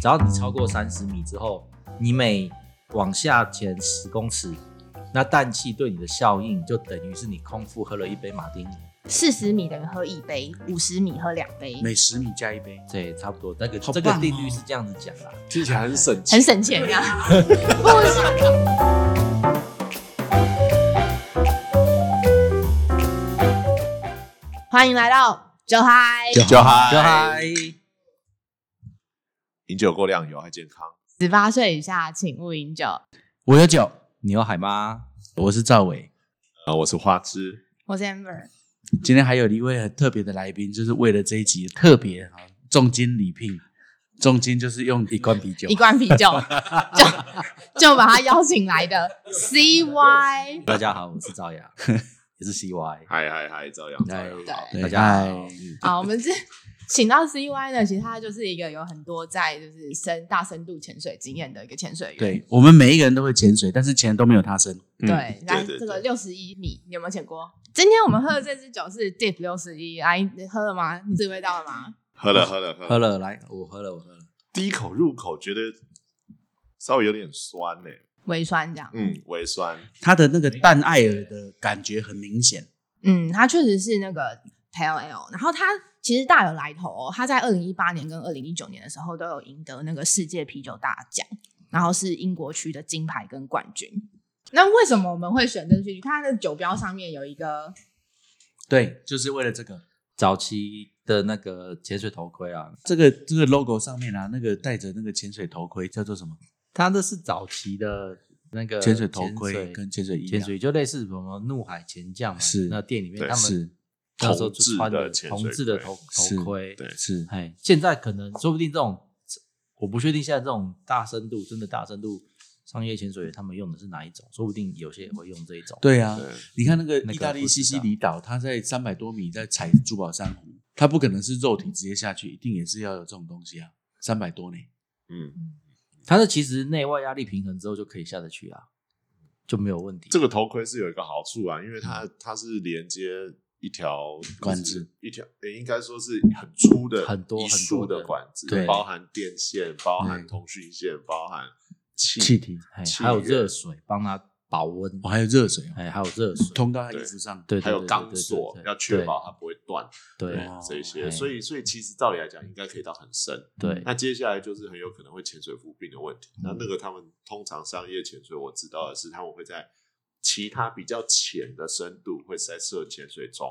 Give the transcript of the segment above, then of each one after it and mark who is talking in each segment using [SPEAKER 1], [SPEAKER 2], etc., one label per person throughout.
[SPEAKER 1] 只要你超过三十米之后，你每往下潜十公尺，那氮气对你的效应就等于是你空腹喝了一杯马丁尼，
[SPEAKER 2] 四十米等于喝一杯，五十米喝两杯，
[SPEAKER 3] 每十米加一杯，
[SPEAKER 1] 对，差不多。那个、
[SPEAKER 3] 好
[SPEAKER 1] 这
[SPEAKER 3] 棒
[SPEAKER 1] 个
[SPEAKER 3] 哦
[SPEAKER 1] 定律是这样子讲啦。
[SPEAKER 3] 听起来很省
[SPEAKER 2] 很
[SPEAKER 3] 钱。
[SPEAKER 2] 省钱呀、 不是，欢迎来到九嗨，
[SPEAKER 4] 就嗨，
[SPEAKER 1] 就嗨，
[SPEAKER 4] 饮酒过量有害健康。
[SPEAKER 2] 十八岁以下请勿饮酒。
[SPEAKER 1] 我有酒，你有海吗？我是赵伟。
[SPEAKER 4] 呃，我是花枝，
[SPEAKER 2] 我是 Amber，
[SPEAKER 3] 今天还有一位很特别的来宾，就是为了这一集特别啊，重金礼聘，重金就是用一罐啤酒
[SPEAKER 2] 一，罐 啤酒就就把他邀请来的 CY，
[SPEAKER 1] 大家好，我是赵阳， 也是 CY。
[SPEAKER 4] 嗨嗨嗨，朝阳，朝阳
[SPEAKER 1] 对
[SPEAKER 4] 好。
[SPEAKER 3] 对
[SPEAKER 1] 大家
[SPEAKER 3] 嗨
[SPEAKER 1] 好，
[SPEAKER 2] 啊，我们是请到 CY 呢，其实他就是一个有很多在就是深大深度潜水经验的一个潜水员。
[SPEAKER 3] 对我们每一个人都会潜水，但是钱都没有他深。
[SPEAKER 4] 嗯
[SPEAKER 2] 对，来
[SPEAKER 4] 对
[SPEAKER 2] 这个
[SPEAKER 4] 对
[SPEAKER 2] 六十一米，你有没有潜过？今天我们喝的这支酒是 Deep 六十一，来你喝了吗？你自己味道了吗？
[SPEAKER 4] 喝了喝了喝
[SPEAKER 1] 喝
[SPEAKER 4] 了，
[SPEAKER 1] 了，来，我喝了，我喝了。
[SPEAKER 4] 第一口入口觉得稍微有点酸呢，
[SPEAKER 2] 微酸这样，
[SPEAKER 4] 嗯，微酸，
[SPEAKER 3] 它的那个淡艾尔的感觉很明显，
[SPEAKER 2] 嗯，它确实是那个 Pale Ale，然后它其实大有来头哦，它在二零一八年跟二零一九年的时候都有赢得那个世界啤酒大奖，然后是英国区的金牌跟冠军。那为什么我们会选这支啤酒？它的酒标上面有一个，
[SPEAKER 3] 对，就是为了这个。
[SPEAKER 1] 早期的那个潜水头盔啊，
[SPEAKER 3] 这个这个 logo 上面啊，那个戴着那个潜水头盔叫做什么？
[SPEAKER 1] 它那是早期的那个
[SPEAKER 3] 潜水头盔
[SPEAKER 1] 呃潜水
[SPEAKER 3] 跟潜水衣啊
[SPEAKER 1] 潜水就类似什么怒海潜将嘛，
[SPEAKER 3] 是
[SPEAKER 1] 那店里面
[SPEAKER 4] 对
[SPEAKER 1] 他
[SPEAKER 3] 是
[SPEAKER 1] 们那时候就穿的
[SPEAKER 4] 同志的潜水
[SPEAKER 1] 同志的
[SPEAKER 4] 盔
[SPEAKER 1] 头
[SPEAKER 3] 是
[SPEAKER 1] 头盔，
[SPEAKER 4] 对
[SPEAKER 3] 是
[SPEAKER 1] 哎，现在可能说不定这种，我不确定现在这种大深度真的大深度商业潜水员他们用的是哪一种，说不定有些也会用这一种，
[SPEAKER 3] 对啊，
[SPEAKER 4] 对，
[SPEAKER 3] 你看那个
[SPEAKER 1] 那个
[SPEAKER 3] 意大利
[SPEAKER 1] 不知
[SPEAKER 3] 西西
[SPEAKER 1] 道
[SPEAKER 3] 里岛，它在三百多米在采珠宝珊瑚，它不可能是肉体直接下去，一定也是要有这种东西啊，三百多呢。
[SPEAKER 4] 嗯，
[SPEAKER 1] 它是其实内外压力平衡之后就可以下得去啊，就没有问题。
[SPEAKER 4] 这个头盔是有一个好处啊，因为它
[SPEAKER 1] 嗯
[SPEAKER 4] 它是连接一条
[SPEAKER 3] 管子，
[SPEAKER 4] 一条诶应该说是很粗的、
[SPEAKER 1] 很多
[SPEAKER 4] 一束
[SPEAKER 1] 很多
[SPEAKER 4] 的
[SPEAKER 1] 的
[SPEAKER 4] 管子，
[SPEAKER 3] 对
[SPEAKER 4] 包含电线，包含
[SPEAKER 3] 对
[SPEAKER 4] 通讯线，包含
[SPEAKER 3] 气体，
[SPEAKER 1] 哎
[SPEAKER 4] 气
[SPEAKER 1] 还有
[SPEAKER 4] 源
[SPEAKER 1] 热水帮它保温
[SPEAKER 3] 我、，还有热水哦，
[SPEAKER 1] 哎，还有热水，
[SPEAKER 3] 通到他衣服上。
[SPEAKER 1] 对，对
[SPEAKER 4] 还有
[SPEAKER 1] 对
[SPEAKER 4] 钢
[SPEAKER 1] 对对
[SPEAKER 4] 索
[SPEAKER 1] 对，
[SPEAKER 4] 要确保它不会断。
[SPEAKER 1] 对
[SPEAKER 4] 对
[SPEAKER 1] 对
[SPEAKER 4] 这些，
[SPEAKER 1] 嘿
[SPEAKER 4] 所以所以其实照理来讲，应该可以到很深。
[SPEAKER 1] 对嗯
[SPEAKER 4] 那接下来就是很有可能会潜水浮病的问题。那那个他们通常商业潜水，我知道的是，他们会在其他比较浅的深度会塞设潜水钟，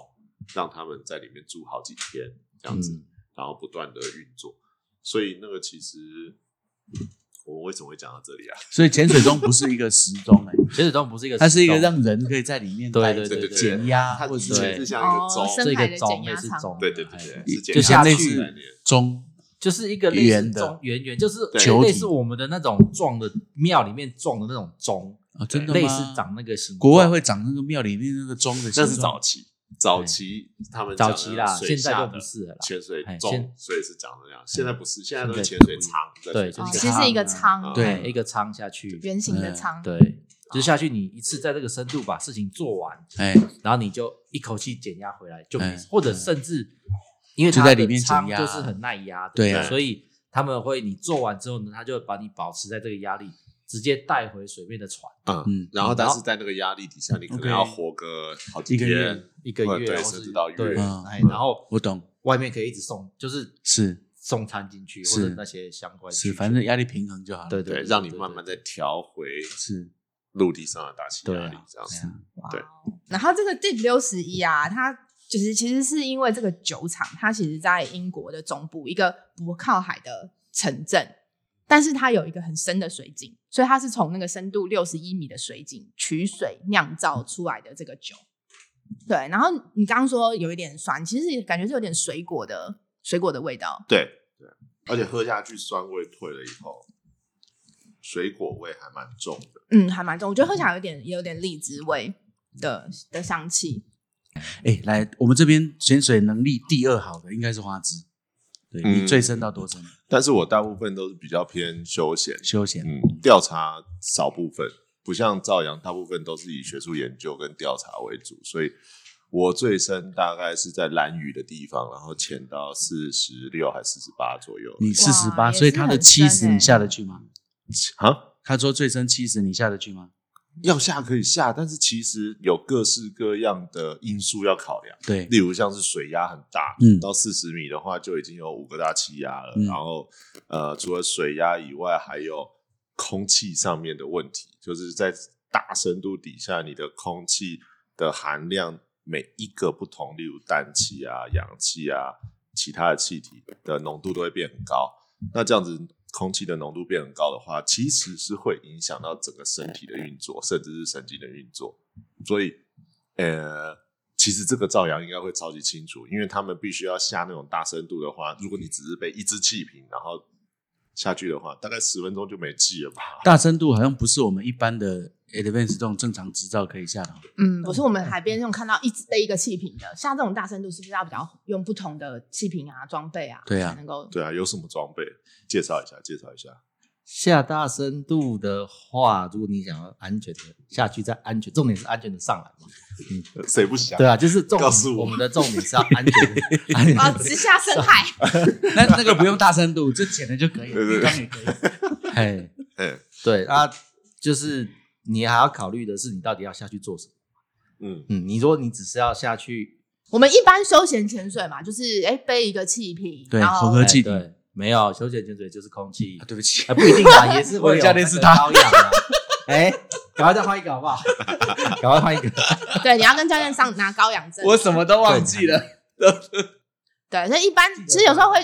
[SPEAKER 4] 让他们在里面住好几天这样子，
[SPEAKER 1] 嗯
[SPEAKER 4] 然后不断的运作。所以那个其实我为什么会讲到这里啊？
[SPEAKER 3] 所以潜水钟不是一个时钟哎、
[SPEAKER 1] 其实都不是一个，
[SPEAKER 3] 它是一个让人可以在里面
[SPEAKER 1] 对
[SPEAKER 3] 待
[SPEAKER 1] 对
[SPEAKER 3] 着
[SPEAKER 1] 对对
[SPEAKER 3] 的
[SPEAKER 1] 对
[SPEAKER 3] 减压，
[SPEAKER 4] 它
[SPEAKER 3] 或
[SPEAKER 4] 以
[SPEAKER 3] 者
[SPEAKER 1] 对
[SPEAKER 4] 前
[SPEAKER 3] 是
[SPEAKER 4] 是像一个
[SPEAKER 2] 哦
[SPEAKER 4] 钟，
[SPEAKER 1] 这
[SPEAKER 2] 深海
[SPEAKER 1] 个
[SPEAKER 2] 的
[SPEAKER 1] 钟
[SPEAKER 2] 减
[SPEAKER 1] 类
[SPEAKER 2] 压
[SPEAKER 1] 似
[SPEAKER 2] 舱
[SPEAKER 1] 钟，
[SPEAKER 4] 对对对
[SPEAKER 1] 哎
[SPEAKER 4] 对，是
[SPEAKER 1] 就下
[SPEAKER 3] 类
[SPEAKER 1] 去
[SPEAKER 3] 似钟，
[SPEAKER 1] 就是一个类似
[SPEAKER 3] 圆的
[SPEAKER 1] 钟圆圆，就是
[SPEAKER 4] 对
[SPEAKER 3] 球体
[SPEAKER 1] 类似我们的那种撞的庙里面撞的那种钟，
[SPEAKER 3] 哦真的吗
[SPEAKER 1] 类似长那个形状。
[SPEAKER 3] 国外会长那个庙里面那个钟的形
[SPEAKER 4] 那
[SPEAKER 3] 状，
[SPEAKER 4] 是早期，早期他们
[SPEAKER 1] 早期啦
[SPEAKER 4] 讲的水
[SPEAKER 1] 现在就
[SPEAKER 4] 下的
[SPEAKER 1] 不是了啦
[SPEAKER 4] 潜水
[SPEAKER 1] 哎
[SPEAKER 4] 钟
[SPEAKER 1] 现，哎
[SPEAKER 4] 所以是长那样。现在不是，现在都是
[SPEAKER 1] 现
[SPEAKER 4] 潜
[SPEAKER 1] 在
[SPEAKER 4] 水舱在
[SPEAKER 1] 对
[SPEAKER 4] 水
[SPEAKER 1] 就
[SPEAKER 2] 哦
[SPEAKER 4] 上，
[SPEAKER 1] 是
[SPEAKER 2] 其实是一个
[SPEAKER 3] 啊
[SPEAKER 2] 仓，
[SPEAKER 3] 对
[SPEAKER 1] 哎一个仓下去，
[SPEAKER 2] 圆形的仓，
[SPEAKER 1] 对，
[SPEAKER 4] 啊
[SPEAKER 1] 就是下去你一次在这个深度把事情做完，
[SPEAKER 3] 哎，
[SPEAKER 1] 然后你就一口气减压回来就没事
[SPEAKER 3] 哎，
[SPEAKER 1] 或者甚至因为
[SPEAKER 3] 就
[SPEAKER 1] 它
[SPEAKER 3] 在
[SPEAKER 1] 的
[SPEAKER 3] 里面
[SPEAKER 1] 仓
[SPEAKER 3] 减压
[SPEAKER 1] 就是很耐压的，
[SPEAKER 3] 对啊
[SPEAKER 1] 所以他们会你做完之后呢，他就把你保持在这个压力，直接带回水面的船，
[SPEAKER 4] 嗯。
[SPEAKER 3] 嗯，
[SPEAKER 4] 然后，
[SPEAKER 1] 然
[SPEAKER 4] 但
[SPEAKER 1] 后
[SPEAKER 4] 是在那个压力底下，你可能
[SPEAKER 3] OK
[SPEAKER 4] 要活个好几
[SPEAKER 3] 一个月
[SPEAKER 4] 天，
[SPEAKER 1] 一个
[SPEAKER 4] 或者
[SPEAKER 1] 月
[SPEAKER 4] 对
[SPEAKER 1] 或
[SPEAKER 4] 甚
[SPEAKER 1] 是
[SPEAKER 4] 至到月
[SPEAKER 1] 对，
[SPEAKER 3] 嗯
[SPEAKER 1] 哎然后
[SPEAKER 3] 我懂，
[SPEAKER 1] 外面可以一直送，就是
[SPEAKER 3] 是
[SPEAKER 1] 送餐进去
[SPEAKER 3] 是
[SPEAKER 1] 或者那些相关需
[SPEAKER 3] 是，
[SPEAKER 1] 求
[SPEAKER 3] 反正压力平衡就好了。
[SPEAKER 1] 对
[SPEAKER 4] 对，让你慢慢再调回
[SPEAKER 3] 是
[SPEAKER 4] 陆地上的大气压力
[SPEAKER 1] 对啊，
[SPEAKER 4] 这样
[SPEAKER 3] 哎
[SPEAKER 4] 子。
[SPEAKER 3] 呀
[SPEAKER 2] 哇
[SPEAKER 4] 对
[SPEAKER 2] 然后这个 Deep 六十一啊，它就是其实是因为这个酒厂，它其实在英国的中部一个不靠海的城镇，但是它有一个很深的水井，所以它是从那个深度六十一米的水井取水酿造出来的这个酒。对，然后你刚刚说有一点酸，其实感觉是有点水果的水果的味道。
[SPEAKER 4] 对对，而且喝下去酸味退了以后，水果味还蛮重的。
[SPEAKER 2] 嗯，还蛮重，我觉得喝起来有点有点荔枝味的的香气。
[SPEAKER 3] 哎，来，我们这边潜水能力第二好的应该是花枝，对你
[SPEAKER 4] 嗯
[SPEAKER 3] 最深到多深？
[SPEAKER 4] 但是我大部分都是比较偏休闲，
[SPEAKER 3] 休闲，
[SPEAKER 4] 嗯，调查少部分，不像赵阳，大部分都是以学术研究跟调查为主，所以我最深大概是在蓝屿的地方，然后潜到四十六还四十八左右。
[SPEAKER 3] 你四十
[SPEAKER 2] 哇
[SPEAKER 3] 八，所
[SPEAKER 2] 也
[SPEAKER 3] 以
[SPEAKER 2] 是
[SPEAKER 3] 他的
[SPEAKER 2] 很
[SPEAKER 3] 七十
[SPEAKER 2] 深
[SPEAKER 3] 你
[SPEAKER 2] 欸
[SPEAKER 3] 下得去吗？
[SPEAKER 4] 啊，
[SPEAKER 3] 他说最深七十，你下得去吗？
[SPEAKER 4] 要下可以下，但是其实有各式各样的因素要考量，
[SPEAKER 3] 对，
[SPEAKER 4] 例如像是水压很大，
[SPEAKER 3] 嗯
[SPEAKER 4] 到四十米的话就已经有五个大气压了，
[SPEAKER 3] 嗯
[SPEAKER 4] 然后呃，除了水压以外，还有空气上面的问题，就是在大深度底下，你的空气的含量每一个不同，例如氮气啊、氧气啊、其他的气体的浓度都会变很高。那这样子空气的浓度变很高的话，其实是会影响到整个身体的运作，甚至是神经的运作。所以，呃，其实这个赵阳应该会超级清楚，因为他们必须要下那种大深度的话，如果你只是被一只气瓶然后下去的话，大概十分钟就没气了吧？
[SPEAKER 3] 大深度好像不是我们一般的 advance 这种正常执照可以下的哦。
[SPEAKER 2] 嗯，不是我们海边那种看到一直背一个气瓶的，像这种大深度是不是要比较用不同的气瓶啊、装备啊，
[SPEAKER 3] 对啊
[SPEAKER 2] 才能够
[SPEAKER 4] 对啊，有什么装备？介绍一下，介绍一下。
[SPEAKER 1] 下大深度的话，如果你想要安全的下去，再安全，重点是安全的上来嘛。
[SPEAKER 4] 呃谁不想？
[SPEAKER 1] 对啊，就是重
[SPEAKER 4] 告诉我
[SPEAKER 1] 我们的重点是要安 全，安全
[SPEAKER 2] 啊直下深 海。
[SPEAKER 3] 那那个不用大深度，这浅的就可以了，
[SPEAKER 4] 对对
[SPEAKER 3] 鱼缸也可 以。哎，
[SPEAKER 4] 嗯
[SPEAKER 1] 对啊，就是你还要考虑的是你到底要下去做什么。
[SPEAKER 4] 嗯，
[SPEAKER 1] 嗯，你说你只是要下去，
[SPEAKER 2] 我们一般休闲潜水嘛，就是哎、背一个气瓶，
[SPEAKER 3] 对
[SPEAKER 2] 然后
[SPEAKER 3] 混合
[SPEAKER 1] 哎
[SPEAKER 3] 气体
[SPEAKER 1] 对，没有休闲潜水就是空气
[SPEAKER 3] 啊，对不起
[SPEAKER 1] 哎，，不一定啊，也 是
[SPEAKER 3] 我
[SPEAKER 1] 会
[SPEAKER 3] 的
[SPEAKER 1] 有
[SPEAKER 3] 教练是他
[SPEAKER 1] 那个高氧 啊。哎，赶快再换一个好不 好？赶快换一个。
[SPEAKER 2] 对，你要跟教练上拿高氧证。
[SPEAKER 3] 我什么都忘记了。
[SPEAKER 2] 对，所以一般其实有时候会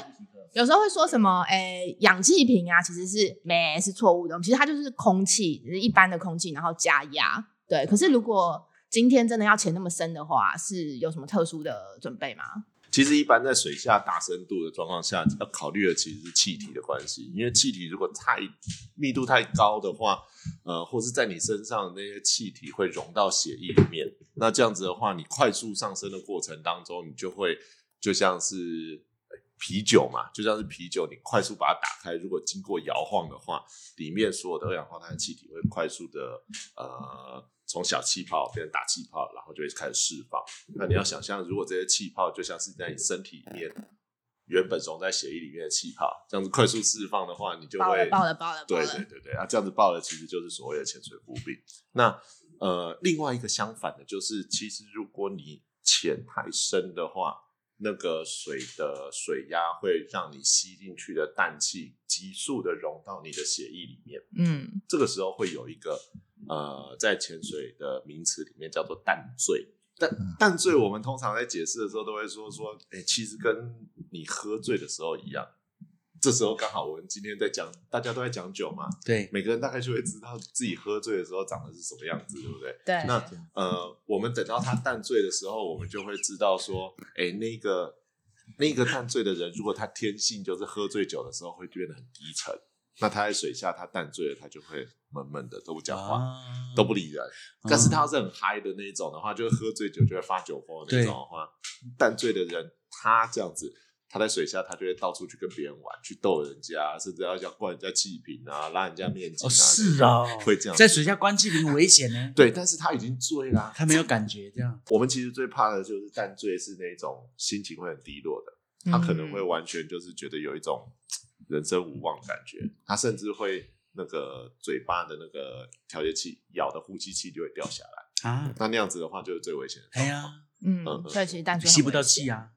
[SPEAKER 2] 有时候会说什么，诶、氧气瓶啊，其实是没是错误的。其实它就是空气，只是一般的空气，然后加压。对，可是如果今天真的要潜那么深的话，是有什么特殊的准备吗？
[SPEAKER 4] 其实一般在水下大深度的状况下，要考虑的其实是气体的关系，因为气体如果太密度太高的话，呃，或是在你身上的那些气体会融到血液里面，那这样子的话，你快速上升的过程当中，你就会就像是呃啤酒嘛，就像是啤酒，你快速把它打开，如果经过摇晃的话，里面所有的二氧化碳气体会快速的呃从小气泡变成大气泡，然后就会开始释放。那你要想象，如果这些气泡就像是在你身体里面原本融在血液里面的气泡，这样子快速释放的话，你就
[SPEAKER 2] 爆了，
[SPEAKER 4] 会
[SPEAKER 2] 爆了，爆了，爆
[SPEAKER 4] 对
[SPEAKER 2] 了！
[SPEAKER 4] 对对对，啊，这样子爆了其实就是所谓的潜水浮病。那呃，另外一个相反的就是，其实如果你潜太深的话，那个水的水压会让你吸进去的氮气急速的融到你的血液里面。
[SPEAKER 2] 嗯，
[SPEAKER 4] 这个时候会有一个呃，在潜水的名词里面叫做淡醉。但淡醉，我们通常在解释的时候都会说说，哎、其实跟你喝醉的时候一样。这时候刚好我们今天在讲，大家都在讲酒嘛，
[SPEAKER 3] 对，
[SPEAKER 4] 每个人大概就会知道自己喝醉的时候长得是什么样子，对不对？
[SPEAKER 2] 对。
[SPEAKER 4] 那呃，我们等到他淡醉的时候，我们就会知道说，哎，那个那个淡醉的人，如果他天性就是喝醉酒的时候会变得很低沉，那他在水下他淡醉了，他就会闷闷的都不讲话，
[SPEAKER 3] 啊
[SPEAKER 4] 都不理人。但是他要是很嗨的那一种的话，就是喝醉酒就会发酒疯的那种的话，淡醉的人他这样子，他在水下他就会到处去跟别人玩，去逗人家，甚至要要灌人家气瓶啊，拉人家面巾啊，
[SPEAKER 3] 哦，是啊，
[SPEAKER 4] 会这样
[SPEAKER 3] 在水下关气瓶危险呢。
[SPEAKER 4] 对，但是他已经醉啦，
[SPEAKER 3] 他没有感觉这样。
[SPEAKER 4] 我们其实最怕的就是淡醉是那种心情会很低落的，他可
[SPEAKER 2] 嗯
[SPEAKER 4] 能
[SPEAKER 3] 嗯
[SPEAKER 4] 会完全就是觉得有一种嘖人生无望的感觉，他甚至会那个嘴巴的那个调节器咬的呼吸器就会掉下来，
[SPEAKER 3] 啊，
[SPEAKER 4] 那那样子的话就是最危险的
[SPEAKER 3] 哎
[SPEAKER 4] 状
[SPEAKER 3] 呀
[SPEAKER 4] 况。，
[SPEAKER 2] 嗯，
[SPEAKER 4] 嗯
[SPEAKER 2] 所以其实淡水
[SPEAKER 3] 吸不到气
[SPEAKER 2] 啊。
[SPEAKER 3] 啊。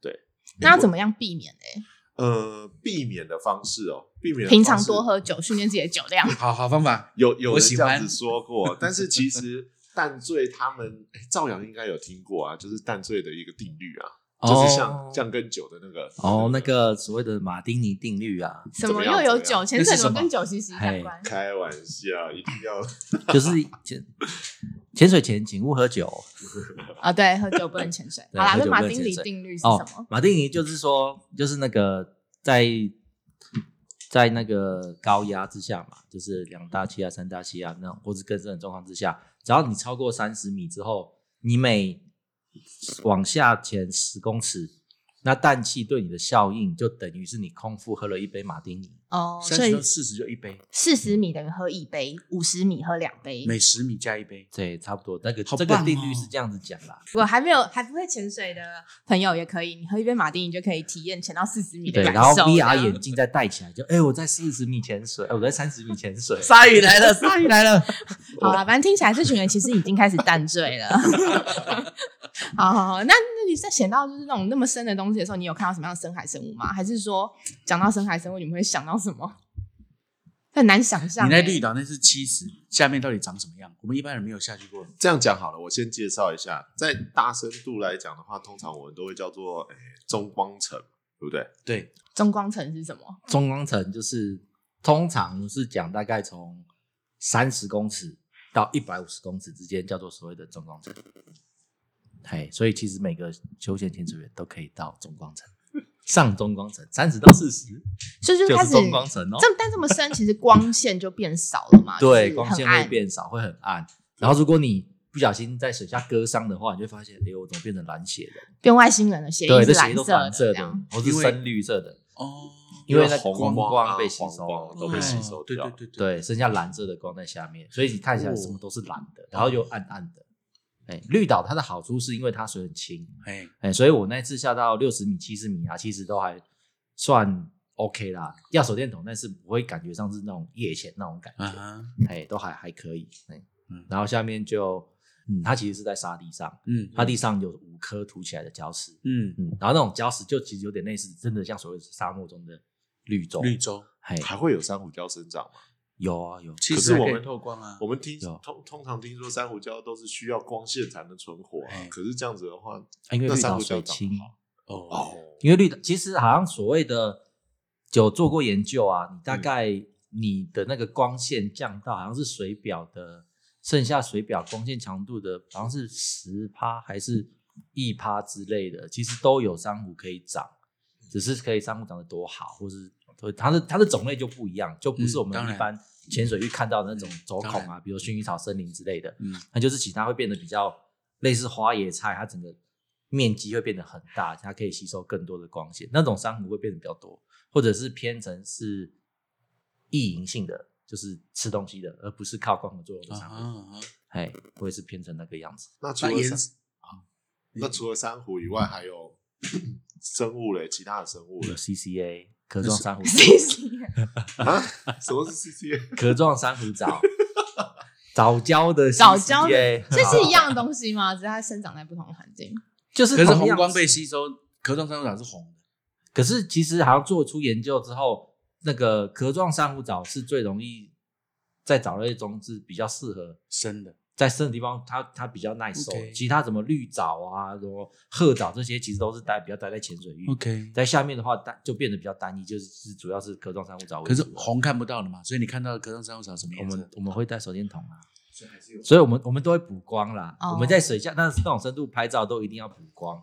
[SPEAKER 2] 那要怎么样避免呢？
[SPEAKER 4] 呃，避免的方式哦，避免的
[SPEAKER 2] 平
[SPEAKER 4] 方
[SPEAKER 2] 常
[SPEAKER 4] 式
[SPEAKER 2] 多喝酒，训练自己的酒 量。
[SPEAKER 3] 好好方法，
[SPEAKER 4] 有有
[SPEAKER 3] 我
[SPEAKER 4] 人
[SPEAKER 3] 喜
[SPEAKER 4] 这
[SPEAKER 3] 欢
[SPEAKER 4] 样子说 过，但是其实淡醉他们哎赵阳应该有听过啊，就是淡醉的一个定律啊，就是像像跟酒的那个
[SPEAKER 1] 哦，那个所谓的马丁尼定律啊，
[SPEAKER 2] 什
[SPEAKER 4] 怎么
[SPEAKER 2] 么
[SPEAKER 4] 样
[SPEAKER 2] 又有
[SPEAKER 4] 怎么
[SPEAKER 2] 酒，潜
[SPEAKER 3] 那
[SPEAKER 2] 水怎
[SPEAKER 3] 是什
[SPEAKER 2] 么
[SPEAKER 3] 么
[SPEAKER 2] 跟酒息息相
[SPEAKER 1] 嘿
[SPEAKER 2] 关？
[SPEAKER 4] 开玩笑，一定要
[SPEAKER 1] 就是潜潜水前请勿喝酒
[SPEAKER 2] 啊，对，喝酒不能潜水。
[SPEAKER 1] 对
[SPEAKER 2] 好啦，
[SPEAKER 1] 喝
[SPEAKER 2] 那
[SPEAKER 1] 酒
[SPEAKER 2] 马
[SPEAKER 1] 不能
[SPEAKER 2] 丁
[SPEAKER 1] 潜
[SPEAKER 2] 里
[SPEAKER 1] 水
[SPEAKER 2] 定律是什
[SPEAKER 1] 哦
[SPEAKER 2] 么？。
[SPEAKER 1] 马丁尼就是说，就是那个在在那个高压之下嘛，就是两大气压、三大气压那种，或是更深的状况之下，只要你超过三十米之后，你每往下潜十公尺，那氮气对你的效应就等于是你空腹喝了一杯马丁尼，
[SPEAKER 2] 哦，所
[SPEAKER 3] 三
[SPEAKER 2] 以
[SPEAKER 3] 十四十就一杯，
[SPEAKER 2] 四十米等于喝一杯，五十米喝两杯。
[SPEAKER 3] 每十米加一杯。
[SPEAKER 1] 对，差不多。那个、
[SPEAKER 3] 好
[SPEAKER 1] 这个
[SPEAKER 3] 棒哦，
[SPEAKER 1] 定律是这样子讲啦，
[SPEAKER 2] 如果还没有还不会潜水的朋友也可以，你喝一杯马丁，你就可以体验潜到四十米的
[SPEAKER 1] 对，
[SPEAKER 2] 感
[SPEAKER 1] 然后
[SPEAKER 2] 受。
[SPEAKER 1] VR
[SPEAKER 2] 这样
[SPEAKER 1] 眼镜再戴起来，就哎、我在四十米潜水，哎、我在三十米潜水
[SPEAKER 3] 鲨鱼来了，鲨鱼来了！
[SPEAKER 2] 好了，反正听起来这群人其实已经开始淡醉 了。好好好，那那你在潜到就是那种那么深的东西的时候，你有看到什么样的深海生物吗？还是说讲到深海生物，你们会想到什么？很难想象、
[SPEAKER 3] 你在
[SPEAKER 2] 欸
[SPEAKER 3] 绿岛那是七十，下面到底长什么样？我们一般人没有下去过。
[SPEAKER 4] 这样讲好了，我先介绍一下，在大深度来讲的话，通常我们都会叫做诶、中光层，对不对？
[SPEAKER 3] 对，
[SPEAKER 2] 中光层是什么？
[SPEAKER 1] 中光层就是通常是讲大概从三十公尺到一百五十公尺之间叫做所谓的中光层。嘿，所以其实每个休闲潜水员都可以到中光层，上中光层三十到四十
[SPEAKER 2] 所以就
[SPEAKER 1] 就
[SPEAKER 2] 开
[SPEAKER 1] 是
[SPEAKER 2] 始
[SPEAKER 1] 中光层哦。
[SPEAKER 2] 这但这么深，其实光线就变少了嘛，
[SPEAKER 1] 对，
[SPEAKER 2] 啊就是
[SPEAKER 1] 光
[SPEAKER 2] 很
[SPEAKER 1] 线
[SPEAKER 2] 暗
[SPEAKER 1] 会变少，会很暗。然后如果你不小心在水下割伤的话，你就会发现，哎、我怎么变成蓝血的？
[SPEAKER 2] 变外星人了，血
[SPEAKER 1] 对，
[SPEAKER 2] 液
[SPEAKER 1] 这
[SPEAKER 2] 是
[SPEAKER 1] 血
[SPEAKER 2] 蓝
[SPEAKER 1] 液都
[SPEAKER 2] 色
[SPEAKER 1] 蓝色
[SPEAKER 2] 这
[SPEAKER 1] 的
[SPEAKER 2] 样。，
[SPEAKER 1] 或是
[SPEAKER 3] 因为
[SPEAKER 1] 深绿色的，
[SPEAKER 3] 哦，
[SPEAKER 1] 因为那
[SPEAKER 4] 红
[SPEAKER 1] 光啊
[SPEAKER 4] 光
[SPEAKER 1] 光被吸
[SPEAKER 4] 黄
[SPEAKER 1] 收
[SPEAKER 4] 光
[SPEAKER 1] 了
[SPEAKER 4] 都被吸收
[SPEAKER 3] 对
[SPEAKER 4] 掉
[SPEAKER 3] 对对对，
[SPEAKER 1] 对，剩下蓝色的光在下面，所以你看起来什么都是蓝的，然后又暗暗的。哦哎，绿岛它的好处是因为它水很清，
[SPEAKER 3] 哎，
[SPEAKER 1] 哎，所以我那次下到六十米、七十米啊，其实都还算 OK 啦。要手电筒，但是不会感觉上是那种夜潜那种感
[SPEAKER 3] 啊
[SPEAKER 1] 觉，
[SPEAKER 3] 哈，
[SPEAKER 1] 哎，都还还可以。哎
[SPEAKER 3] 嗯，
[SPEAKER 1] 然后下面就，嗯，它其实是在沙地上，
[SPEAKER 3] 嗯，
[SPEAKER 1] 它地上有五颗凸起来的礁石，
[SPEAKER 3] 嗯，
[SPEAKER 1] 嗯，然后那种礁石就其实有点类似，真的像所谓沙漠中的绿洲，
[SPEAKER 3] 绿，洲，
[SPEAKER 1] 哎，
[SPEAKER 4] 还会有珊瑚礁生长吗？
[SPEAKER 1] 有啊有，
[SPEAKER 3] 其
[SPEAKER 4] 可
[SPEAKER 3] 实
[SPEAKER 4] 是我
[SPEAKER 3] 还可以
[SPEAKER 4] 们
[SPEAKER 3] 透光啊
[SPEAKER 4] 我，们听
[SPEAKER 1] 有
[SPEAKER 4] 通通常听说珊瑚礁都是需要光线才能存活啊
[SPEAKER 3] 哎，
[SPEAKER 4] 可是这样子的话，
[SPEAKER 1] 啊因为
[SPEAKER 4] 那
[SPEAKER 1] 绿
[SPEAKER 4] 珊
[SPEAKER 1] 岛
[SPEAKER 4] 瑚
[SPEAKER 1] 水
[SPEAKER 4] 礁
[SPEAKER 1] 清
[SPEAKER 4] 长得。好
[SPEAKER 3] 哦，
[SPEAKER 4] 哦，
[SPEAKER 1] 因为绿岛其实好像所谓的有做过研究啊，你
[SPEAKER 3] 嗯
[SPEAKER 1] 大概你的那个光线降到好像是水表的剩下水表光线强度的，好像是十趴还是一趴之类的，其实都有珊瑚可以长，只是可以珊瑚长得多好，或是或它的它的种类就不一样，就不是我
[SPEAKER 3] 嗯当
[SPEAKER 1] 们
[SPEAKER 3] 然
[SPEAKER 1] 一般潜水域看到的那种走孔
[SPEAKER 3] 当
[SPEAKER 1] 啊，比如薰衣草森林之类的，
[SPEAKER 3] 嗯，
[SPEAKER 1] 那就是其他会变得比较类似花椰菜，它整个面积会变得很大，它可以吸收更多的光线。那种珊瑚会变得比较多，或者是偏成是意淫性的，就是吃东西的，而不是靠光合作用的
[SPEAKER 3] 啊
[SPEAKER 1] 珊
[SPEAKER 3] 哈
[SPEAKER 1] 瑚。
[SPEAKER 3] 啊哈，
[SPEAKER 1] 哎、会是偏成那个样子。
[SPEAKER 4] 那除
[SPEAKER 3] 那
[SPEAKER 4] 了
[SPEAKER 3] 颜
[SPEAKER 4] 珊那除了珊瑚以外，还有生物嘞，其他的生物 嘞
[SPEAKER 1] 有 CCA 壳状珊瑚，
[SPEAKER 4] 啊？什么是 C C？
[SPEAKER 1] 壳状珊瑚 藻，藻礁的 CCA,，
[SPEAKER 2] 藻礁的这是一样的东西吗？只是它生长在不同的环境。
[SPEAKER 1] 就是
[SPEAKER 3] 可是
[SPEAKER 1] 同
[SPEAKER 3] 红
[SPEAKER 1] 样
[SPEAKER 3] 光被吸收，壳状珊瑚藻是红的，
[SPEAKER 1] 可是其实好像做出研究之后，那个壳状珊瑚藻是最容易在藻类中是比较适合
[SPEAKER 3] 深的，
[SPEAKER 1] 在深的地方它，它比较耐受。
[SPEAKER 3] OK
[SPEAKER 1] 其他什么绿藻啊、什么褐藻这些，其实都是待比较待在浅水域。
[SPEAKER 3] OK。
[SPEAKER 1] 在下面的话，单就变得比较单一，就是是主要是壳状珊瑚藻为
[SPEAKER 3] 可
[SPEAKER 1] 主
[SPEAKER 3] 是
[SPEAKER 1] 了。
[SPEAKER 3] 红看不到的嘛，所以你看到的壳状珊瑚藻什么
[SPEAKER 1] 我
[SPEAKER 3] 颜
[SPEAKER 1] 们
[SPEAKER 3] 色？
[SPEAKER 1] 我们会带手电筒啊，
[SPEAKER 3] 所以还是有
[SPEAKER 1] 所以我们我们都会补光啦。
[SPEAKER 2] 哦
[SPEAKER 1] 我们在水下，但是那种深度拍照都一定要补光。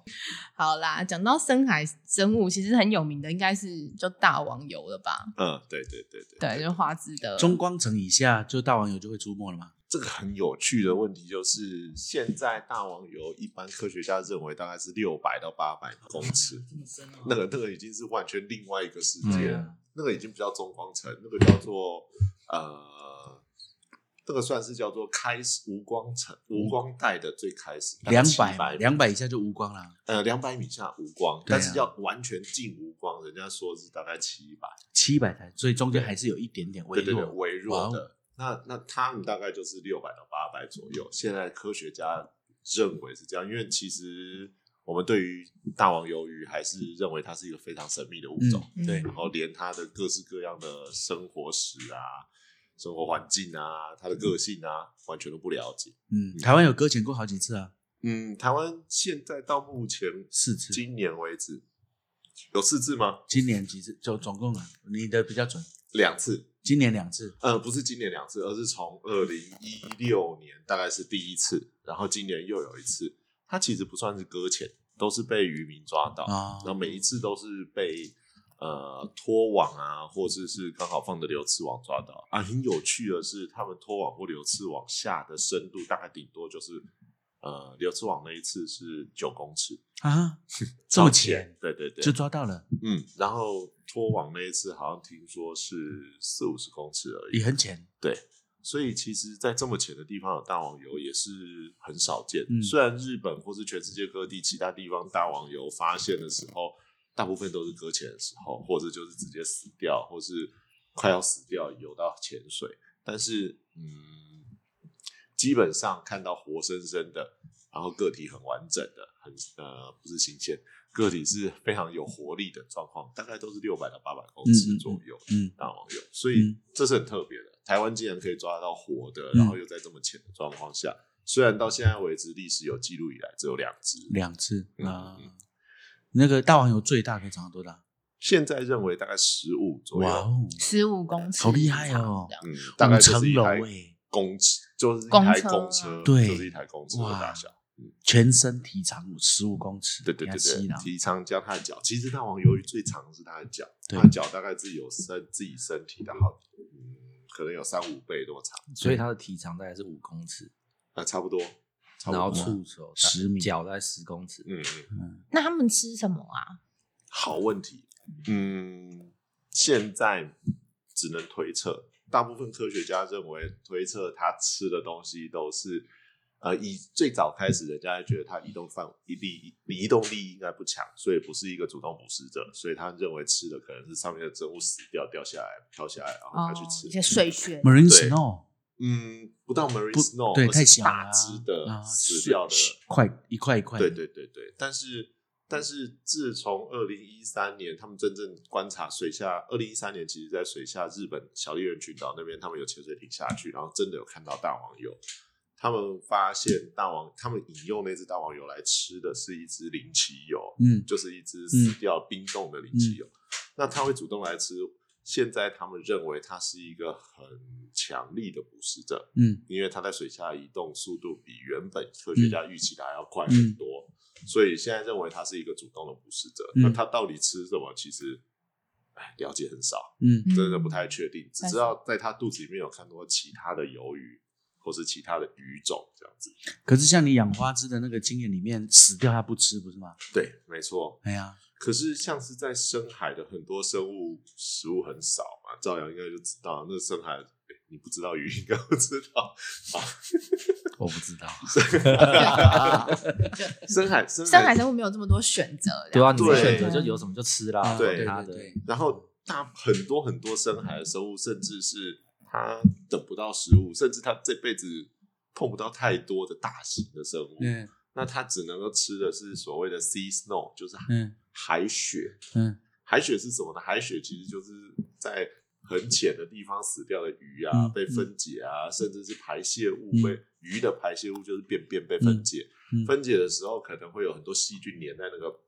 [SPEAKER 2] 好啦，讲到深海生物，其实很有名的应该是就大王游了吧？
[SPEAKER 4] 嗯，对对对对
[SPEAKER 2] 对，就是花枝的
[SPEAKER 3] 中光层以下，就大王友就会出没了嘛。
[SPEAKER 4] 这个很有趣的问题就是，现在大王游一般科学家认为大概是六百到八百公尺，
[SPEAKER 3] 这么深啊
[SPEAKER 4] 那个那个已经是完全另外一个世界
[SPEAKER 1] 对
[SPEAKER 4] 了，
[SPEAKER 1] 啊
[SPEAKER 4] 那个已经不叫中光层，那个叫做呃，这个算是叫做开始无光层、无光带的最开始，
[SPEAKER 3] 两
[SPEAKER 4] 百
[SPEAKER 3] 百两百以下就无光了，
[SPEAKER 4] 呃两百米下无光，
[SPEAKER 3] 对啊
[SPEAKER 4] 但是要完全近无光，人家说是大概七百，
[SPEAKER 3] 七百台，所以中间还是有一点点微
[SPEAKER 4] 对对对，
[SPEAKER 3] 弱。
[SPEAKER 4] 微弱
[SPEAKER 3] 哇哦
[SPEAKER 4] 的。那那他们大概就是六百到八百左右。现在科学家认为是这样，因为其实我们对于大王鱿鱼还是认为它是一个非常神秘的物种，
[SPEAKER 3] 嗯，对，
[SPEAKER 4] 然后连它的各式各样的生活史啊、生活环境啊、它的个性啊，完全都不了解。
[SPEAKER 3] 嗯，台湾有搁浅过好几次啊，
[SPEAKER 4] 嗯，台湾现在到目前
[SPEAKER 3] 四次。
[SPEAKER 4] 今年为止有四次吗？
[SPEAKER 3] 今年几次？就总共啊，你的比较准，
[SPEAKER 4] 两次。
[SPEAKER 3] 今年两次。
[SPEAKER 4] 呃，不是今年两次，而是从二零一六年大概是第一次，然后今年又有一次。它其实不算是搁浅，都是被渔民抓到，
[SPEAKER 3] 啊
[SPEAKER 4] 然后每一次都是被呃拖网啊，或者是刚好放的流刺网抓到啊。很有趣的是，他们拖网或流刺网下的深度大概顶多就是呃，流之网那一次是九公尺，
[SPEAKER 3] 啊，这么
[SPEAKER 4] 超
[SPEAKER 3] 浅
[SPEAKER 4] 对对对，
[SPEAKER 3] 就抓到了，
[SPEAKER 4] 嗯，然后脱网那一次好像听说是四五十公尺而已
[SPEAKER 3] 也，很浅。
[SPEAKER 4] 所以其实，在这么浅的地方有大网游也是很少见。
[SPEAKER 3] 嗯
[SPEAKER 4] 虽然日本或是全世界各地其他地方大网游发现的时候，大部分都是搁浅的时候，或者就是直接死掉，或是快要死掉游到潜水。但是，嗯，基本上看到活生生的，然后个体很完整的，很呃不是新鲜，个体是非常有活力的状况，大概都是六百到八百公
[SPEAKER 3] 嗯嗯
[SPEAKER 4] 尺
[SPEAKER 3] 嗯
[SPEAKER 4] 左右。
[SPEAKER 3] 嗯，
[SPEAKER 4] 大网友，所以
[SPEAKER 3] 嗯
[SPEAKER 4] 这是很特别的。台湾竟然可以抓到活的，
[SPEAKER 3] 嗯
[SPEAKER 4] 然后又在这么浅的状况下，虽然到现在为止历史有记录以来只有两只，
[SPEAKER 3] 两次
[SPEAKER 4] 嗯
[SPEAKER 3] 啊
[SPEAKER 4] 嗯。
[SPEAKER 3] 那个大网游最大可以长到多大？
[SPEAKER 4] 现在认为大概十五左
[SPEAKER 3] 哇
[SPEAKER 4] 右，
[SPEAKER 3] 哦，
[SPEAKER 2] 十五公尺，
[SPEAKER 3] 好厉害哦
[SPEAKER 2] 这样
[SPEAKER 4] 嗯，大概
[SPEAKER 3] 五
[SPEAKER 4] 就是
[SPEAKER 3] 层
[SPEAKER 4] 一
[SPEAKER 3] 楼
[SPEAKER 4] 台
[SPEAKER 3] 哎，
[SPEAKER 4] 公车，就是一
[SPEAKER 2] 公
[SPEAKER 4] 台
[SPEAKER 2] 车
[SPEAKER 4] 公
[SPEAKER 2] 啊
[SPEAKER 4] 车，
[SPEAKER 3] 对
[SPEAKER 4] 就是一台公车的大
[SPEAKER 3] 哇
[SPEAKER 4] 小。
[SPEAKER 3] 全身体长十五公尺，
[SPEAKER 4] 对对对
[SPEAKER 3] 给它吸
[SPEAKER 4] 对
[SPEAKER 3] 了，
[SPEAKER 4] 体长加它的脚。其实大王鱿鱼最长的是它的脚，
[SPEAKER 3] 对
[SPEAKER 4] 它的脚大概自己有身自己身体的好，嗯，可能有三五倍那么长，
[SPEAKER 1] 所以它的体长大概是五公尺，
[SPEAKER 4] 啊，差不多，差不
[SPEAKER 1] 然后
[SPEAKER 4] 多。
[SPEAKER 1] 触手
[SPEAKER 3] 10米
[SPEAKER 1] 脚大概十公尺。
[SPEAKER 4] 嗯嗯。
[SPEAKER 2] 那他们吃什么啊？
[SPEAKER 4] 好问题，嗯，现在只能推测。大部分科学家认为，推测它吃的东西都是，呃，以最早开始，人家还觉得它移动范移力移动力应该不强，所以不是一个主动捕食者，所以他认为吃的可能是上面的植物死掉掉下来飘下来，然
[SPEAKER 3] 哦
[SPEAKER 4] 后他去
[SPEAKER 2] 哦
[SPEAKER 4] 吃。
[SPEAKER 2] 一些碎屑，
[SPEAKER 3] Marine
[SPEAKER 4] 对
[SPEAKER 3] Snow
[SPEAKER 4] 嗯，不到 Marine
[SPEAKER 3] 不
[SPEAKER 4] Snow，
[SPEAKER 3] 对，
[SPEAKER 4] 而是
[SPEAKER 3] 太小了
[SPEAKER 4] 大
[SPEAKER 3] 啊，
[SPEAKER 4] 只的、
[SPEAKER 3] 啊
[SPEAKER 4] 死掉的，
[SPEAKER 3] 块一块一块，
[SPEAKER 4] 对对对对，但是但是自从二零一三年，他们真正观察水下，二零一三年其实在水下日本小笠原群岛那边，他们有潜水艇下去，然后真的有看到大王游。他们发现大王，他们引用那只大王游来吃的是一只灵奇游，
[SPEAKER 3] 嗯，
[SPEAKER 4] 就是一只死掉冰冻的灵气蛹。那它会主动来吃，现在他们认为它是一个很强力的捕食者，
[SPEAKER 3] 嗯，
[SPEAKER 4] 因为它在水下移动速度比原本科学
[SPEAKER 2] 嗯
[SPEAKER 4] 家预期的还要快很多，所以现在认为它是一个主动的捕食者。
[SPEAKER 3] 嗯
[SPEAKER 4] 那它到底吃什么？其实。哎，了解很少，
[SPEAKER 3] 嗯
[SPEAKER 2] 嗯
[SPEAKER 4] 真的不太确定，只
[SPEAKER 2] 但是
[SPEAKER 4] 知道在它肚子里面有看到其他的鱿鱼，或是其他的鱼种这样子。
[SPEAKER 3] 可是像你养花枝的那个经验里面，死掉它不吃，不是吗？
[SPEAKER 4] 对，没错，
[SPEAKER 3] 哎呀，
[SPEAKER 4] 可是像是在深海的很多生物食物很少嘛，赵阳应该就知道，那深海、诶你不知道鱼应该不知道，
[SPEAKER 1] 我不知道，
[SPEAKER 4] 深海深
[SPEAKER 2] 深海生物没有这么多选择，这
[SPEAKER 1] 对
[SPEAKER 2] 样
[SPEAKER 1] 啊，你们
[SPEAKER 4] 对
[SPEAKER 1] 选择就有什么就吃啦，
[SPEAKER 4] 啊
[SPEAKER 3] 哦
[SPEAKER 4] 对
[SPEAKER 1] 管它的。
[SPEAKER 4] 然后大很多很多深海的生物，甚至是它等不到食物，甚至它这辈子碰不到太多的大型的生物，
[SPEAKER 3] 嗯
[SPEAKER 4] 那它只能够吃的是所谓的 sea snow，就是
[SPEAKER 3] 嗯
[SPEAKER 4] 海雪。
[SPEAKER 3] 嗯
[SPEAKER 4] 海雪是什么呢？海雪其实就是在很浅的地方死掉的鱼啊，
[SPEAKER 3] 嗯
[SPEAKER 4] 被分解啊，甚至是排泄物
[SPEAKER 3] 嗯
[SPEAKER 4] 被、鱼的排泄物就是便便被分解，
[SPEAKER 3] 嗯
[SPEAKER 4] 分解的时候可能会有很多细菌粘在那个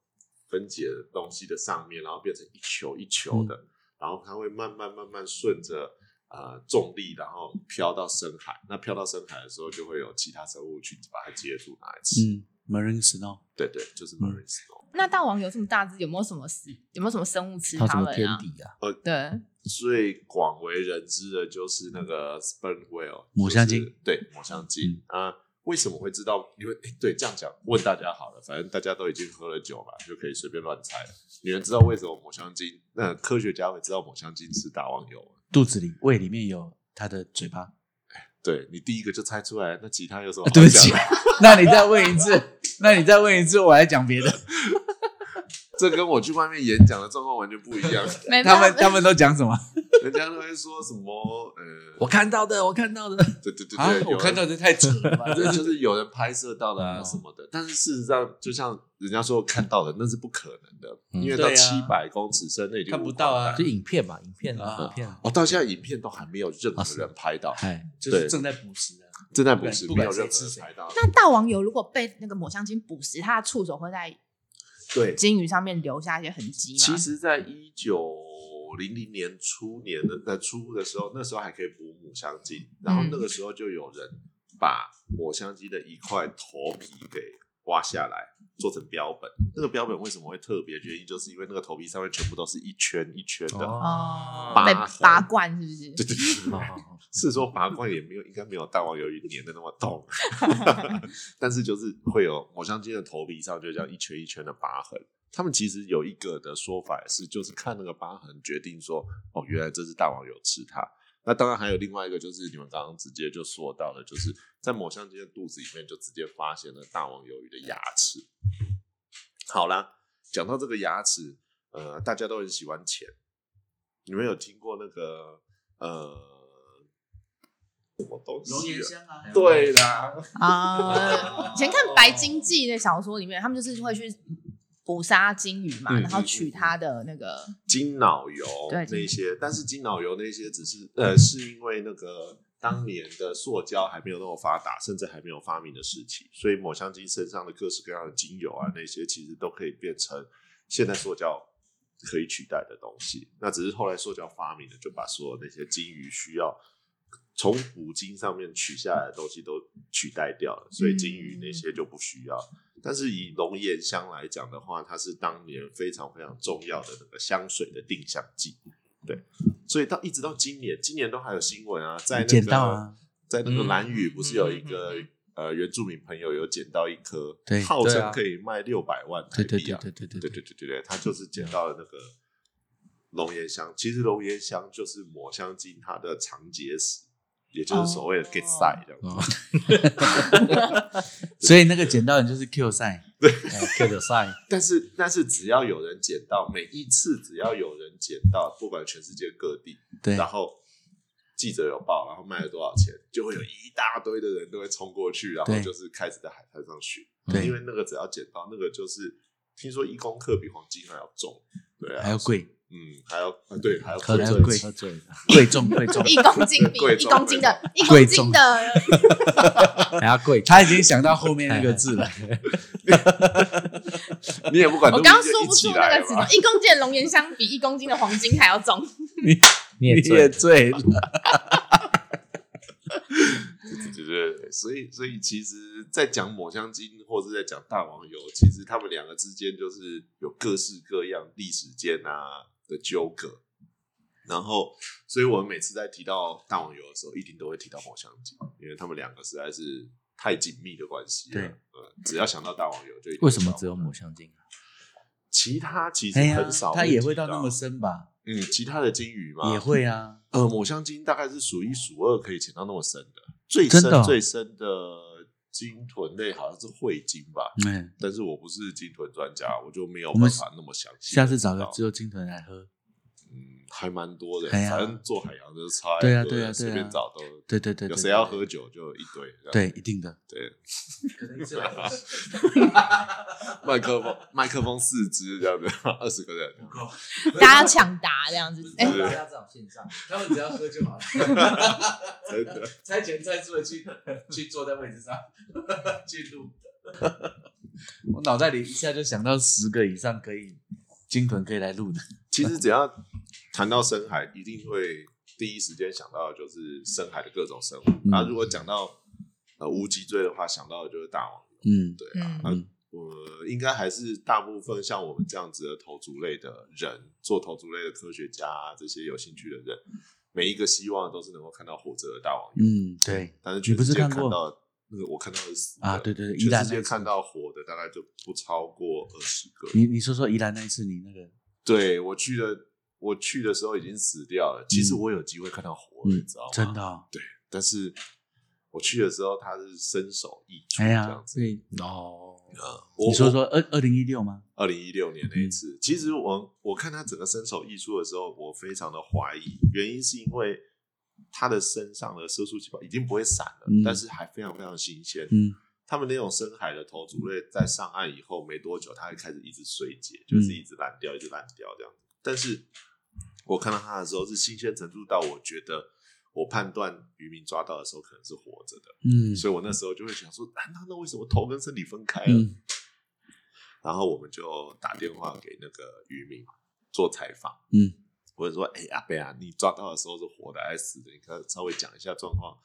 [SPEAKER 4] 分解的东西的上面，然后变成一球一
[SPEAKER 3] 嗯
[SPEAKER 4] 球的，然后它会慢慢慢慢顺着。呃，重力然后飘到深海，那飘到深海的时候，就会有其他生物去把它接住拿来吃。
[SPEAKER 3] 嗯，Marine 嗯 Snow
[SPEAKER 4] 对对，就是 marine snow。
[SPEAKER 2] 那大王有这么大只，有没有什么死，有没有什么生物吃
[SPEAKER 1] 它有什
[SPEAKER 2] 们
[SPEAKER 1] 么天
[SPEAKER 2] 啊？
[SPEAKER 1] 敌啊？
[SPEAKER 2] 对，
[SPEAKER 4] 最广为人知的就是那个 sperm whale
[SPEAKER 3] 抹香鲸嗯
[SPEAKER 4] 就是对，抹香鲸啊、为什么会知道？因为诶对这样讲，问大家好了，反正大家都已经喝了酒嘛，就可以随便乱猜了。你们知道为什么抹香鲸？那科学家会知道抹香鲸吃大王油吗？
[SPEAKER 3] 肚子里胃里面有它的嘴巴，
[SPEAKER 4] 对你第一个就猜出来，那其他有什么好
[SPEAKER 3] 啊对不起
[SPEAKER 4] 哦讲的，
[SPEAKER 3] 那你再问一次，那你再问一次，我来讲别的。
[SPEAKER 4] 这跟我去外面演讲的状况完全不一样。
[SPEAKER 2] 没
[SPEAKER 3] 他们他们都讲什么？
[SPEAKER 4] 人家都会说什么呃，
[SPEAKER 1] 我看到的，我看到的。
[SPEAKER 4] 对对对对，
[SPEAKER 3] 啊
[SPEAKER 4] 有，人
[SPEAKER 3] 我看到这太扯了吧，
[SPEAKER 4] 这
[SPEAKER 3] 这
[SPEAKER 4] 就是有人拍摄到的啊
[SPEAKER 3] 哦
[SPEAKER 4] 什么的，但是事实上，就像人家说看到的，那是不可能的，
[SPEAKER 1] 嗯
[SPEAKER 4] 因为到
[SPEAKER 3] 对
[SPEAKER 4] 七
[SPEAKER 3] 啊
[SPEAKER 4] 百公尺深那已经
[SPEAKER 3] 看
[SPEAKER 4] 无
[SPEAKER 3] 不
[SPEAKER 4] 法
[SPEAKER 3] 到啊
[SPEAKER 4] 了
[SPEAKER 1] 就影片嘛，影片啊，
[SPEAKER 3] 啊
[SPEAKER 1] 影片。
[SPEAKER 4] 哦，到现在影片都还没有任何
[SPEAKER 1] 啊是
[SPEAKER 4] 人拍到，
[SPEAKER 1] 哎，
[SPEAKER 3] 就是正在捕食的。
[SPEAKER 4] 正在捕食，
[SPEAKER 3] 不
[SPEAKER 4] 没
[SPEAKER 3] 管
[SPEAKER 4] 有任
[SPEAKER 3] 不管谁
[SPEAKER 4] 何
[SPEAKER 3] 吃
[SPEAKER 4] 人
[SPEAKER 3] 谁
[SPEAKER 4] 拍到。
[SPEAKER 2] 那大王有如果被那个抹香鲸捕食，它的触手会在
[SPEAKER 4] 对，
[SPEAKER 2] 鲸鱼上面留下一些痕迹吗？
[SPEAKER 4] 其实，在一九零零年初年的在初的时候，那时候还可以捕母香鲸，然后
[SPEAKER 2] 嗯
[SPEAKER 4] 那个时候就有人把抹香鲸的一块头皮给挖下来做成标本。那个标本为什么会特别决定，就是因为那个头皮上面全部都是一圈一圈的。
[SPEAKER 1] 哦
[SPEAKER 2] 哦，
[SPEAKER 4] 拔
[SPEAKER 2] 被
[SPEAKER 4] 河
[SPEAKER 2] 拔罐是不是？
[SPEAKER 4] 对对对
[SPEAKER 1] 好
[SPEAKER 4] 对，
[SPEAKER 1] 好
[SPEAKER 2] 哦
[SPEAKER 1] 好，
[SPEAKER 4] 是说 拔罐也没有，应该没有大王鱿鱼粘的那么痛， 但是就是会有抹香鲸的头皮上就这样一圈一圈的疤痕。他们其实有一个的说法也是，就是看那个疤痕决定说，哦，原来这只大王有吃它。那当然还有另外一个，就是你们刚刚直接就说到的，就是在抹香鲸的肚子里面就直接发现了大王鱿鱼的牙齿。好啦，讲到这个牙齿，呃，大家都很喜欢钱。你们有听过那个呃什么东西啊？
[SPEAKER 3] 啊
[SPEAKER 4] 对啦，
[SPEAKER 2] 啊，以前看《白鲸记》那小说里面，他们就是会去捕杀鲸鱼嘛，
[SPEAKER 3] 嗯
[SPEAKER 2] 然后取它的那个
[SPEAKER 4] 金脑油
[SPEAKER 2] 对
[SPEAKER 4] 那些，但是金脑油那些只是呃，是因为那个当年的塑胶还没有那么发达，甚至还没有发明的时期，所以抹香鲸身上的各式各样的精油啊，那些其实都可以变成现在塑胶可以取代的东西。那只是后来塑胶发明了，就把所有那些鲸鱼需要。从捕鲸上面取下来的东西都取代掉了，所以鲸鱼那些就不需要。但是以龙涎香来讲的话，它是当年非常非常重要的那个香水的定香剂。对，所以到一直到今年，今年都还有新闻啊，在那个
[SPEAKER 3] 捡到啊，
[SPEAKER 4] 在那个
[SPEAKER 1] 嗯
[SPEAKER 4] 蓝屿不是有一
[SPEAKER 1] 嗯
[SPEAKER 4] 个
[SPEAKER 1] 嗯、嗯
[SPEAKER 4] 呃原住民朋友有捡到一颗，
[SPEAKER 3] 对
[SPEAKER 4] 号
[SPEAKER 1] 对啊
[SPEAKER 4] 称可以卖六百万台
[SPEAKER 3] 对对
[SPEAKER 4] 币
[SPEAKER 3] 对
[SPEAKER 4] 啊，
[SPEAKER 3] 对对对
[SPEAKER 4] 对对对对对，他就是捡到了那个龙涎香。其实龙涎香就是抹香鲸它的长结石，也就是所谓的 get 塞这样子。
[SPEAKER 3] 哦所以那个捡到人就是 Q 赛，
[SPEAKER 1] Q 的赛，
[SPEAKER 4] 但是但是只要有人捡到，每一次只要有人捡到，不管全世界各地，
[SPEAKER 3] 对，
[SPEAKER 4] 然后记者有报，然后卖了多少钱，就会有一大堆的人都会冲过去，然后
[SPEAKER 3] 对
[SPEAKER 4] 就是开始在海滩上寻。
[SPEAKER 3] 对
[SPEAKER 4] 因为那个只要捡到，那个就是听说一公克比黄金还要重，对啊，
[SPEAKER 3] 还要，贵，
[SPEAKER 4] 嗯，还要啊对，还要
[SPEAKER 3] 可能
[SPEAKER 4] 贵
[SPEAKER 3] 还要
[SPEAKER 4] 这
[SPEAKER 3] 贵
[SPEAKER 4] 个
[SPEAKER 1] 醉了，
[SPEAKER 3] 贵重贵重。
[SPEAKER 2] 一公斤比
[SPEAKER 4] 贵
[SPEAKER 2] 一
[SPEAKER 4] 重
[SPEAKER 2] 公斤的一公
[SPEAKER 3] 贵重
[SPEAKER 2] 斤的
[SPEAKER 1] 还要跪。
[SPEAKER 3] 他已经想到后面那个字了，
[SPEAKER 4] 你也不管，
[SPEAKER 2] 我刚刚说不出那个
[SPEAKER 4] 词
[SPEAKER 2] 词，，一公斤的龙涎香比一公斤的黄金还要重。
[SPEAKER 1] 你
[SPEAKER 3] 你
[SPEAKER 1] 也
[SPEAKER 3] 也
[SPEAKER 1] 醉，
[SPEAKER 3] 醉了。
[SPEAKER 4] 就是所以所以其实，在讲抹香鲸或是在讲大王游，其实他们两个之间就是有各式各样历史间啊的纠葛。然后，所以我们每次在提到大王游的时候，一定都会提到抹香鲸，因为他们两个实在是太紧密的关系了。
[SPEAKER 3] 对
[SPEAKER 4] 呃，只要想到大王游，就一定
[SPEAKER 1] 为什么
[SPEAKER 4] 会
[SPEAKER 1] 只有
[SPEAKER 4] 想到
[SPEAKER 1] 抹香鲸？啊
[SPEAKER 4] 其他其实
[SPEAKER 3] 哎呀
[SPEAKER 4] 很少、，
[SPEAKER 3] 他也会到那么，深吧？
[SPEAKER 4] 嗯，其他的鲸鱼嘛，
[SPEAKER 3] 也会啊，
[SPEAKER 4] 呃，抹香鲸大概是数一数二可以潜到那么深的，最
[SPEAKER 3] 真
[SPEAKER 4] 深
[SPEAKER 3] 的哦
[SPEAKER 4] 最深的鲸豚类好像是喙鲸吧，
[SPEAKER 3] 嗯，
[SPEAKER 4] 但是我不是鲸豚专家，我就没有
[SPEAKER 3] 我们
[SPEAKER 4] 办法那么详细。
[SPEAKER 3] 下次找个只有鲸豚来喝。
[SPEAKER 4] 嗯，还蛮多的，
[SPEAKER 3] 哎呀
[SPEAKER 4] 反正做海洋就是差
[SPEAKER 3] 对啊
[SPEAKER 4] 很多
[SPEAKER 3] 对啊
[SPEAKER 4] 的
[SPEAKER 3] 对啊
[SPEAKER 4] 随便找都。
[SPEAKER 3] 对对对，
[SPEAKER 4] 有
[SPEAKER 3] 对
[SPEAKER 4] 谁要喝？酒就一堆。这样
[SPEAKER 3] 对，一定的。
[SPEAKER 4] 对， 麦克风麦克风四支这样子，二十个人。
[SPEAKER 2] 大家抢答这样子。哎、
[SPEAKER 4] 对
[SPEAKER 1] 家在线上，
[SPEAKER 3] 他们只要喝就好了，
[SPEAKER 4] 真的
[SPEAKER 3] 猜拳猜输了去去坐在位置上 去录。 我脑袋里一下就想到十个以上可以鲸豚可以来录的，
[SPEAKER 4] 其实只要谈到深海，一定会第一时间想到的就是深海的各种生物。
[SPEAKER 3] 嗯
[SPEAKER 4] 然后如果讲到呃无脊椎的话，想到的就是大王鱼。
[SPEAKER 3] 嗯，
[SPEAKER 4] 对啊，那、
[SPEAKER 3] 嗯
[SPEAKER 4] 呃、应该还是大部分像我们这样子的头足类的人，做头足类的科学家、啊、这些有兴趣的人，每一个希望都是能够看到活着的大王鱼。
[SPEAKER 3] 嗯，对
[SPEAKER 4] 但是
[SPEAKER 3] 你
[SPEAKER 4] 全
[SPEAKER 3] 不
[SPEAKER 4] 世
[SPEAKER 3] 是
[SPEAKER 4] 界
[SPEAKER 3] 看
[SPEAKER 4] 看
[SPEAKER 3] 过
[SPEAKER 4] 到那个我看到的是死的
[SPEAKER 3] 啊，对对对，宜
[SPEAKER 4] 全
[SPEAKER 3] 兰
[SPEAKER 4] 世
[SPEAKER 3] 那
[SPEAKER 4] 界
[SPEAKER 3] 一次
[SPEAKER 4] 看到活的大概就不超过二十个。
[SPEAKER 3] 你你说说宜兰那一次你那个，
[SPEAKER 4] 对我去的，我去的时候已经死掉了。其实我有机会看到活的，你知道吗？
[SPEAKER 3] 嗯真的、。哦，
[SPEAKER 4] 但是我去的时候，他是身首异处
[SPEAKER 3] 哎
[SPEAKER 4] 这
[SPEAKER 3] 呀
[SPEAKER 4] 样，子。
[SPEAKER 3] 对哦，
[SPEAKER 4] 呃，我
[SPEAKER 3] 你说说二二零一六吗？
[SPEAKER 4] 二零一六年那一
[SPEAKER 3] 嗯
[SPEAKER 4] 次，其实我我看他整个身首异处的时候，我非常的怀疑，原因是因为他的身上的色素细胞已经不会散了，
[SPEAKER 3] 嗯
[SPEAKER 4] 但是还非常非常新鲜。
[SPEAKER 3] 嗯，
[SPEAKER 4] 他们那种深海的头足类，在上岸以后没多久，它会开始一直衰竭，就是
[SPEAKER 3] 嗯
[SPEAKER 4] 一直烂掉，一直烂掉这样子。但是我看到它的时候，是新鲜程度到我觉得，我判断渔民抓到的时候可能是活着的，
[SPEAKER 3] 嗯
[SPEAKER 4] 所以我那时候就会想说，啊，那那为什么头跟身体分开了？
[SPEAKER 3] 嗯
[SPEAKER 4] 然后我们就打电话给那个渔民做采访，
[SPEAKER 3] 嗯，
[SPEAKER 4] 或者说，哎、阿贝啊，你抓到的时候是活的还是死的？你看稍微讲一下状况。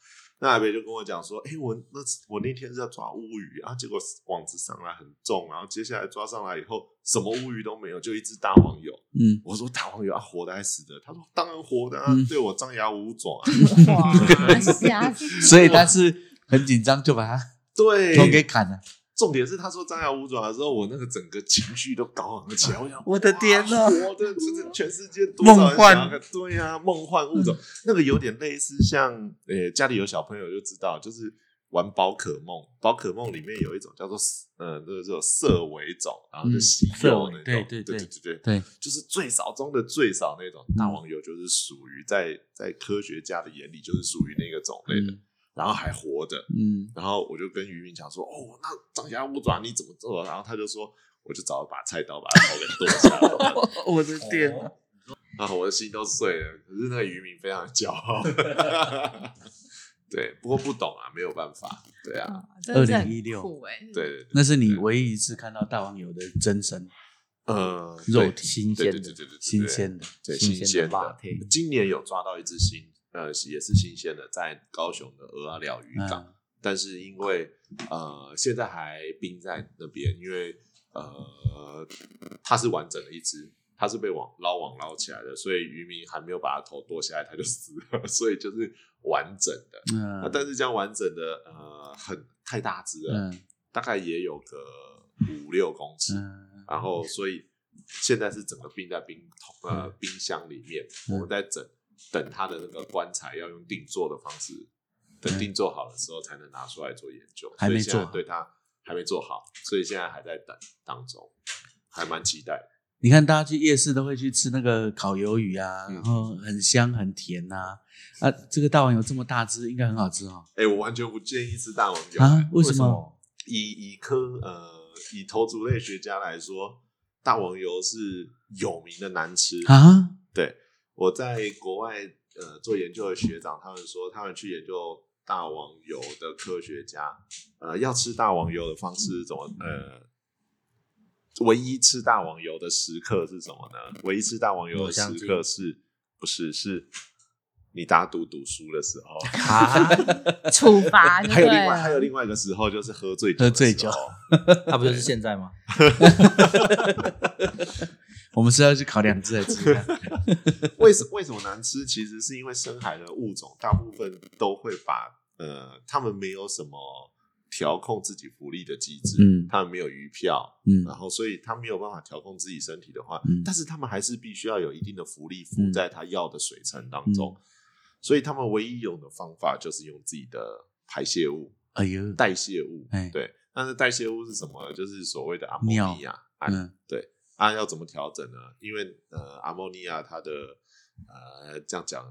[SPEAKER 4] 那阿贝就跟我讲说，哎、我那我那天是要抓乌鱼啊，结果网子上来很重，然后接下来抓上来以后，什么乌鱼都没有，就一只大黄油。
[SPEAKER 3] 嗯，
[SPEAKER 4] 我说大黄油啊，活的还是死的？他说当然活的啊，
[SPEAKER 3] 嗯
[SPEAKER 4] 对我张牙舞爪、 啊。
[SPEAKER 2] 哇，吓死
[SPEAKER 3] 所以但是很紧张，就把它
[SPEAKER 4] 对，
[SPEAKER 3] 头给砍了。
[SPEAKER 4] 重点是他说张牙舞爪的时候，我那个整个情绪都高昂了 起来。我想，
[SPEAKER 3] 我的天哪
[SPEAKER 4] 哇我的这是全世界多少人
[SPEAKER 3] 梦幻嗯
[SPEAKER 4] 想要看对呀、梦幻物种，那个有点类似像，呃、家里有小朋友就知道，就是玩宝可梦。宝可梦里面有一种叫做，呃，那个叫做色尾种，然后就
[SPEAKER 3] 嗯
[SPEAKER 4] 稀
[SPEAKER 1] 色
[SPEAKER 4] 有
[SPEAKER 1] 尾
[SPEAKER 4] 那种，
[SPEAKER 1] 对对
[SPEAKER 4] 对对
[SPEAKER 1] 对
[SPEAKER 4] 对对，
[SPEAKER 3] 对，嗯
[SPEAKER 4] 就是最少中的最少那种。大黄油就是属于在在科学家的眼里就是属于那个种类的，
[SPEAKER 3] 嗯
[SPEAKER 4] 然后还活着。
[SPEAKER 3] 嗯
[SPEAKER 4] 然后我就跟渔民讲说，哦，那长牙乌爪你怎么做？然后他就说，我就找把菜刀把它头给剁下来。
[SPEAKER 3] 我的天哪！
[SPEAKER 4] 啊，我的心都碎了。可是那个渔民非常 骄傲，对，不过不懂啊，没有办法，对啊，
[SPEAKER 2] 啊！真的是很
[SPEAKER 3] 2016
[SPEAKER 2] 酷哎，
[SPEAKER 4] 对，对对，
[SPEAKER 3] 那是你唯一一次看到大黄油的真身，
[SPEAKER 4] 呃，
[SPEAKER 3] 肉
[SPEAKER 4] 对
[SPEAKER 3] 体
[SPEAKER 1] 新鲜
[SPEAKER 4] 对对对
[SPEAKER 1] 的
[SPEAKER 4] 对对，对
[SPEAKER 3] 新，鲜的。
[SPEAKER 4] 对
[SPEAKER 1] 新
[SPEAKER 4] 新
[SPEAKER 1] 鲜的
[SPEAKER 4] 鲜
[SPEAKER 1] 辣
[SPEAKER 4] 的
[SPEAKER 1] 天。
[SPEAKER 4] 今年有抓到一只新，呃，也是新鲜的，在高雄的鹅阿寮渔港。
[SPEAKER 3] 嗯，
[SPEAKER 4] 但是因为呃现在还冰在那边，因为呃它是完整的一只，它是被网捞网捞起来的，所以渔民还没有把它头剁下来，它就死了， 所以就是完整的。那、
[SPEAKER 3] 嗯
[SPEAKER 4] 啊但是这样完整的呃很太大只了，
[SPEAKER 3] 嗯
[SPEAKER 4] 大概也有个五六公尺，
[SPEAKER 3] 嗯
[SPEAKER 4] 然后所以现在是整个冰在冰桶呃
[SPEAKER 3] 嗯
[SPEAKER 4] 冰箱里面，
[SPEAKER 3] 嗯
[SPEAKER 4] 我们在整等它的那个棺材要用定做的方式，等
[SPEAKER 3] 嗯
[SPEAKER 4] 定做好的时候才能拿出来做研究，
[SPEAKER 3] 还没
[SPEAKER 4] 所以现在
[SPEAKER 3] 做
[SPEAKER 4] 对它还没做好，所以现在还在等当中，还蛮期待的。
[SPEAKER 3] 你看，大家去夜市都会去吃那个烤鱿鱼啊，
[SPEAKER 4] 嗯
[SPEAKER 3] 然后很香很甜呐、啊。啊，这个大黄油这么大只，应该很好吃哦。
[SPEAKER 4] 哎，我完全不建议吃大黄油、
[SPEAKER 3] 啊，为
[SPEAKER 1] 为
[SPEAKER 3] 什么？？
[SPEAKER 4] 以以科呃以头足类学家来说，大黄油是有名的难吃
[SPEAKER 3] 啊，
[SPEAKER 4] 对，我在国外呃做研究的学长，他们说他们去研究大王油的科学家，呃，要吃大王油的方式是怎么？呃，唯一吃大王油的时刻是什么呢？唯一吃大王油的
[SPEAKER 1] 抹香
[SPEAKER 4] 时
[SPEAKER 1] 鲸
[SPEAKER 4] 刻是不是是你打赌赌输的时候？
[SPEAKER 1] 啊，
[SPEAKER 2] 处罚就
[SPEAKER 4] 还有
[SPEAKER 2] 对啊
[SPEAKER 4] 另外
[SPEAKER 2] 了
[SPEAKER 4] 还有另外一个时候就是喝醉酒
[SPEAKER 3] 喝
[SPEAKER 4] 的时候，
[SPEAKER 3] 醉酒
[SPEAKER 1] 那不就是现在吗？
[SPEAKER 3] 我们是要去烤两只来吃看。
[SPEAKER 4] 为什为什么难吃？其实是因为深海的物种大部分都会把呃，他们没有什么调控自己浮力的机制，
[SPEAKER 3] 嗯
[SPEAKER 4] 他们没有鱼票，
[SPEAKER 3] 嗯
[SPEAKER 4] 然后所以他没有办法调控自己身体的话，
[SPEAKER 3] 嗯
[SPEAKER 4] 但是他们还是必须要有一定的浮力浮
[SPEAKER 3] 嗯
[SPEAKER 4] 在他要的水层当中，所以他们唯一用的方法就是用自己的排泄物、
[SPEAKER 3] 哎呦，
[SPEAKER 4] 代谢物，
[SPEAKER 3] 哎
[SPEAKER 4] 对。但是代谢物是什么？就是所谓的阿莫
[SPEAKER 3] 尿
[SPEAKER 4] 尼亚，
[SPEAKER 3] 嗯
[SPEAKER 4] 啊，要怎么调整呢？因为呃，阿莫尼亚它的呃，这样讲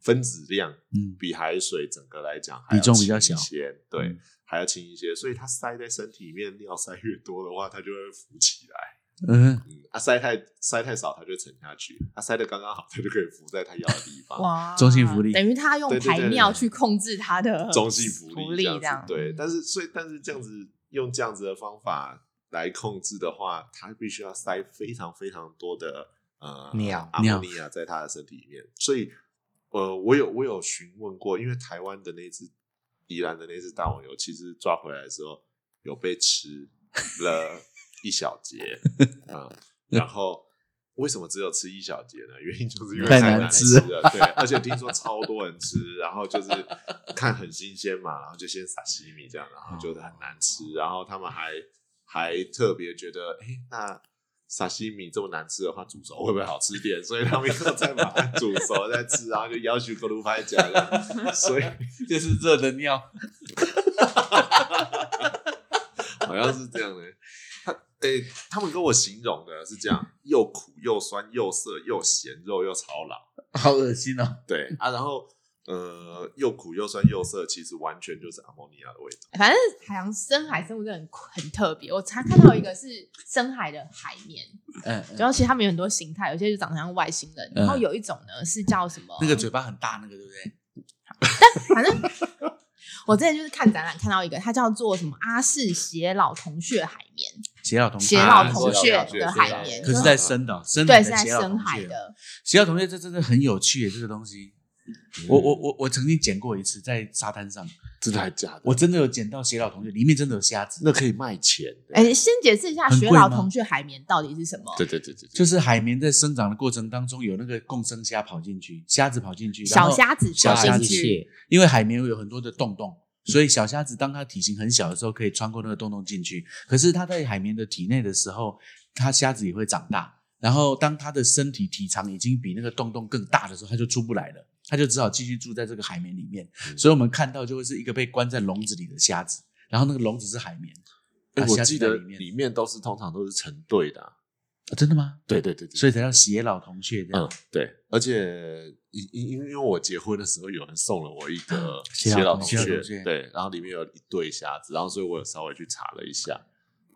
[SPEAKER 4] 分子量
[SPEAKER 3] 嗯
[SPEAKER 4] 比海水整个来讲还要
[SPEAKER 3] 比重比较
[SPEAKER 4] 轻一
[SPEAKER 3] 小
[SPEAKER 4] 些，对，
[SPEAKER 3] 嗯
[SPEAKER 4] 还要轻一些，所以它塞在身体里面，尿塞越多的话，它就会浮起来。
[SPEAKER 3] 嗯，
[SPEAKER 4] 嗯，啊，塞太塞太少，它就沉下去；啊，塞的刚刚好，它就可以浮在它要的地方。
[SPEAKER 2] 哇，
[SPEAKER 3] 中性福利
[SPEAKER 2] 等于他用
[SPEAKER 4] 对对对
[SPEAKER 2] 排
[SPEAKER 4] 对
[SPEAKER 2] 尿
[SPEAKER 4] 对
[SPEAKER 2] 去控制他的
[SPEAKER 4] 中性浮
[SPEAKER 2] 福
[SPEAKER 4] 力
[SPEAKER 2] 利
[SPEAKER 4] 这
[SPEAKER 2] 这
[SPEAKER 4] 样
[SPEAKER 2] 样嗯
[SPEAKER 4] 子。对，但是所以但是这样子用这样子的方法来控制的话，它必须要塞非常非常多的呃
[SPEAKER 1] 尿
[SPEAKER 4] 阿莫
[SPEAKER 3] 尿
[SPEAKER 4] 尼亚在它的身体里面，所以呃，我有我有询问过，因为台湾的那只宜兰的那只大黄油，其实抓回来的时候有被吃了一小 节啊、然后。为什么只有吃一小节呢？原因就是因为
[SPEAKER 3] 太
[SPEAKER 4] 太
[SPEAKER 3] 难
[SPEAKER 4] 难
[SPEAKER 3] 吃了
[SPEAKER 4] 了，对，而且听说超多人吃，然后就是看很新鲜嘛，然后就先撒西米这样，然后就是很难吃，然后他们还还特别觉得，哎、那沙西米这么难吃的话，煮熟会不会好吃点？所以他们要再把它煮熟再吃，然后就要求格鲁派讲了，所以
[SPEAKER 3] 就是热的尿。
[SPEAKER 4] 好像是这样的、他诶、他们跟我形容的是这样，又苦又酸又涩又咸，肉又超老。
[SPEAKER 3] 好恶心哦！
[SPEAKER 4] 对啊，然后呃，又苦又酸又涩，其实完全就是阿莫尼亚的味道。
[SPEAKER 2] 反正海洋深海生物真的很很特别。我才看到一个是深海的海绵，
[SPEAKER 3] 嗯，
[SPEAKER 2] 然后其实它们有很多形态，有些就长得像外星人，然后有一种呢是叫什么？
[SPEAKER 3] 那个嘴巴很大，那个对不对？
[SPEAKER 2] 反正我之前就是看展览看到一个，它叫做什么阿氏血老铜雀海绵，
[SPEAKER 3] 斜岛同
[SPEAKER 2] 斜
[SPEAKER 3] 啊
[SPEAKER 2] 岛
[SPEAKER 3] 斜
[SPEAKER 2] 铜
[SPEAKER 3] 同
[SPEAKER 2] 雀
[SPEAKER 4] 同
[SPEAKER 2] 的
[SPEAKER 4] 学
[SPEAKER 2] 海盐，
[SPEAKER 3] 可是，在深岛，深岛
[SPEAKER 2] 对，
[SPEAKER 3] 的
[SPEAKER 2] 是在
[SPEAKER 3] 斜岛
[SPEAKER 2] 深
[SPEAKER 3] 同啊
[SPEAKER 2] 海
[SPEAKER 3] 学
[SPEAKER 2] 的，
[SPEAKER 3] 斜岛同学，这真的很有趣耶，这个东西。我我我我曾经捡过一次在沙滩上，
[SPEAKER 4] 真的还假的？
[SPEAKER 3] 我真的有捡到斜岛同学，里面真的有虾子，
[SPEAKER 4] 那可以卖钱的。
[SPEAKER 2] 哎，先解释一下
[SPEAKER 3] 很
[SPEAKER 2] 雪
[SPEAKER 3] 贵
[SPEAKER 2] 老
[SPEAKER 3] 吗
[SPEAKER 2] 同学海绵到底是什么？
[SPEAKER 4] 对对对对，
[SPEAKER 3] 就是是海绵在生长的过程当中有那个共生虾跑进去，虾子跑进去，然
[SPEAKER 2] 小
[SPEAKER 3] 后
[SPEAKER 2] 虾子
[SPEAKER 3] 小
[SPEAKER 2] 跑
[SPEAKER 3] 虾
[SPEAKER 2] 进
[SPEAKER 1] 子
[SPEAKER 2] 去，
[SPEAKER 1] 蟹，
[SPEAKER 3] 因为海绵有很多的洞洞，
[SPEAKER 4] 嗯
[SPEAKER 3] 所以小虾子当它体型很小的时候，可以穿过那个洞洞进去。可是它在海绵的体内的时候，它虾子也会长大。然后当它的身体体长已经比那个洞洞更大的时候，它就出不来了，它就只好继续住在这个海绵里面。
[SPEAKER 4] 嗯
[SPEAKER 3] 所以我们看到就会是一个被关在笼子里的虾子，然后那个笼子是海绵。
[SPEAKER 4] 哎
[SPEAKER 3] 啊
[SPEAKER 4] 我
[SPEAKER 3] 虾子
[SPEAKER 4] 记
[SPEAKER 3] 在
[SPEAKER 4] 得
[SPEAKER 3] 里面、
[SPEAKER 4] 里面都是通常都是成对的啊。
[SPEAKER 3] 啊真的吗？
[SPEAKER 4] 对对对对，
[SPEAKER 3] 所以
[SPEAKER 4] 以
[SPEAKER 3] 才叫偕老同穴这样。
[SPEAKER 4] 嗯对，而且因因因为我结婚的时候有人送了我一个
[SPEAKER 3] 谢
[SPEAKER 4] 谢
[SPEAKER 3] 老
[SPEAKER 4] 老
[SPEAKER 3] 同
[SPEAKER 4] 同
[SPEAKER 3] 谢老同学
[SPEAKER 4] 学，对，然后里面有一对虾子，然后所以我有稍微去查了一下，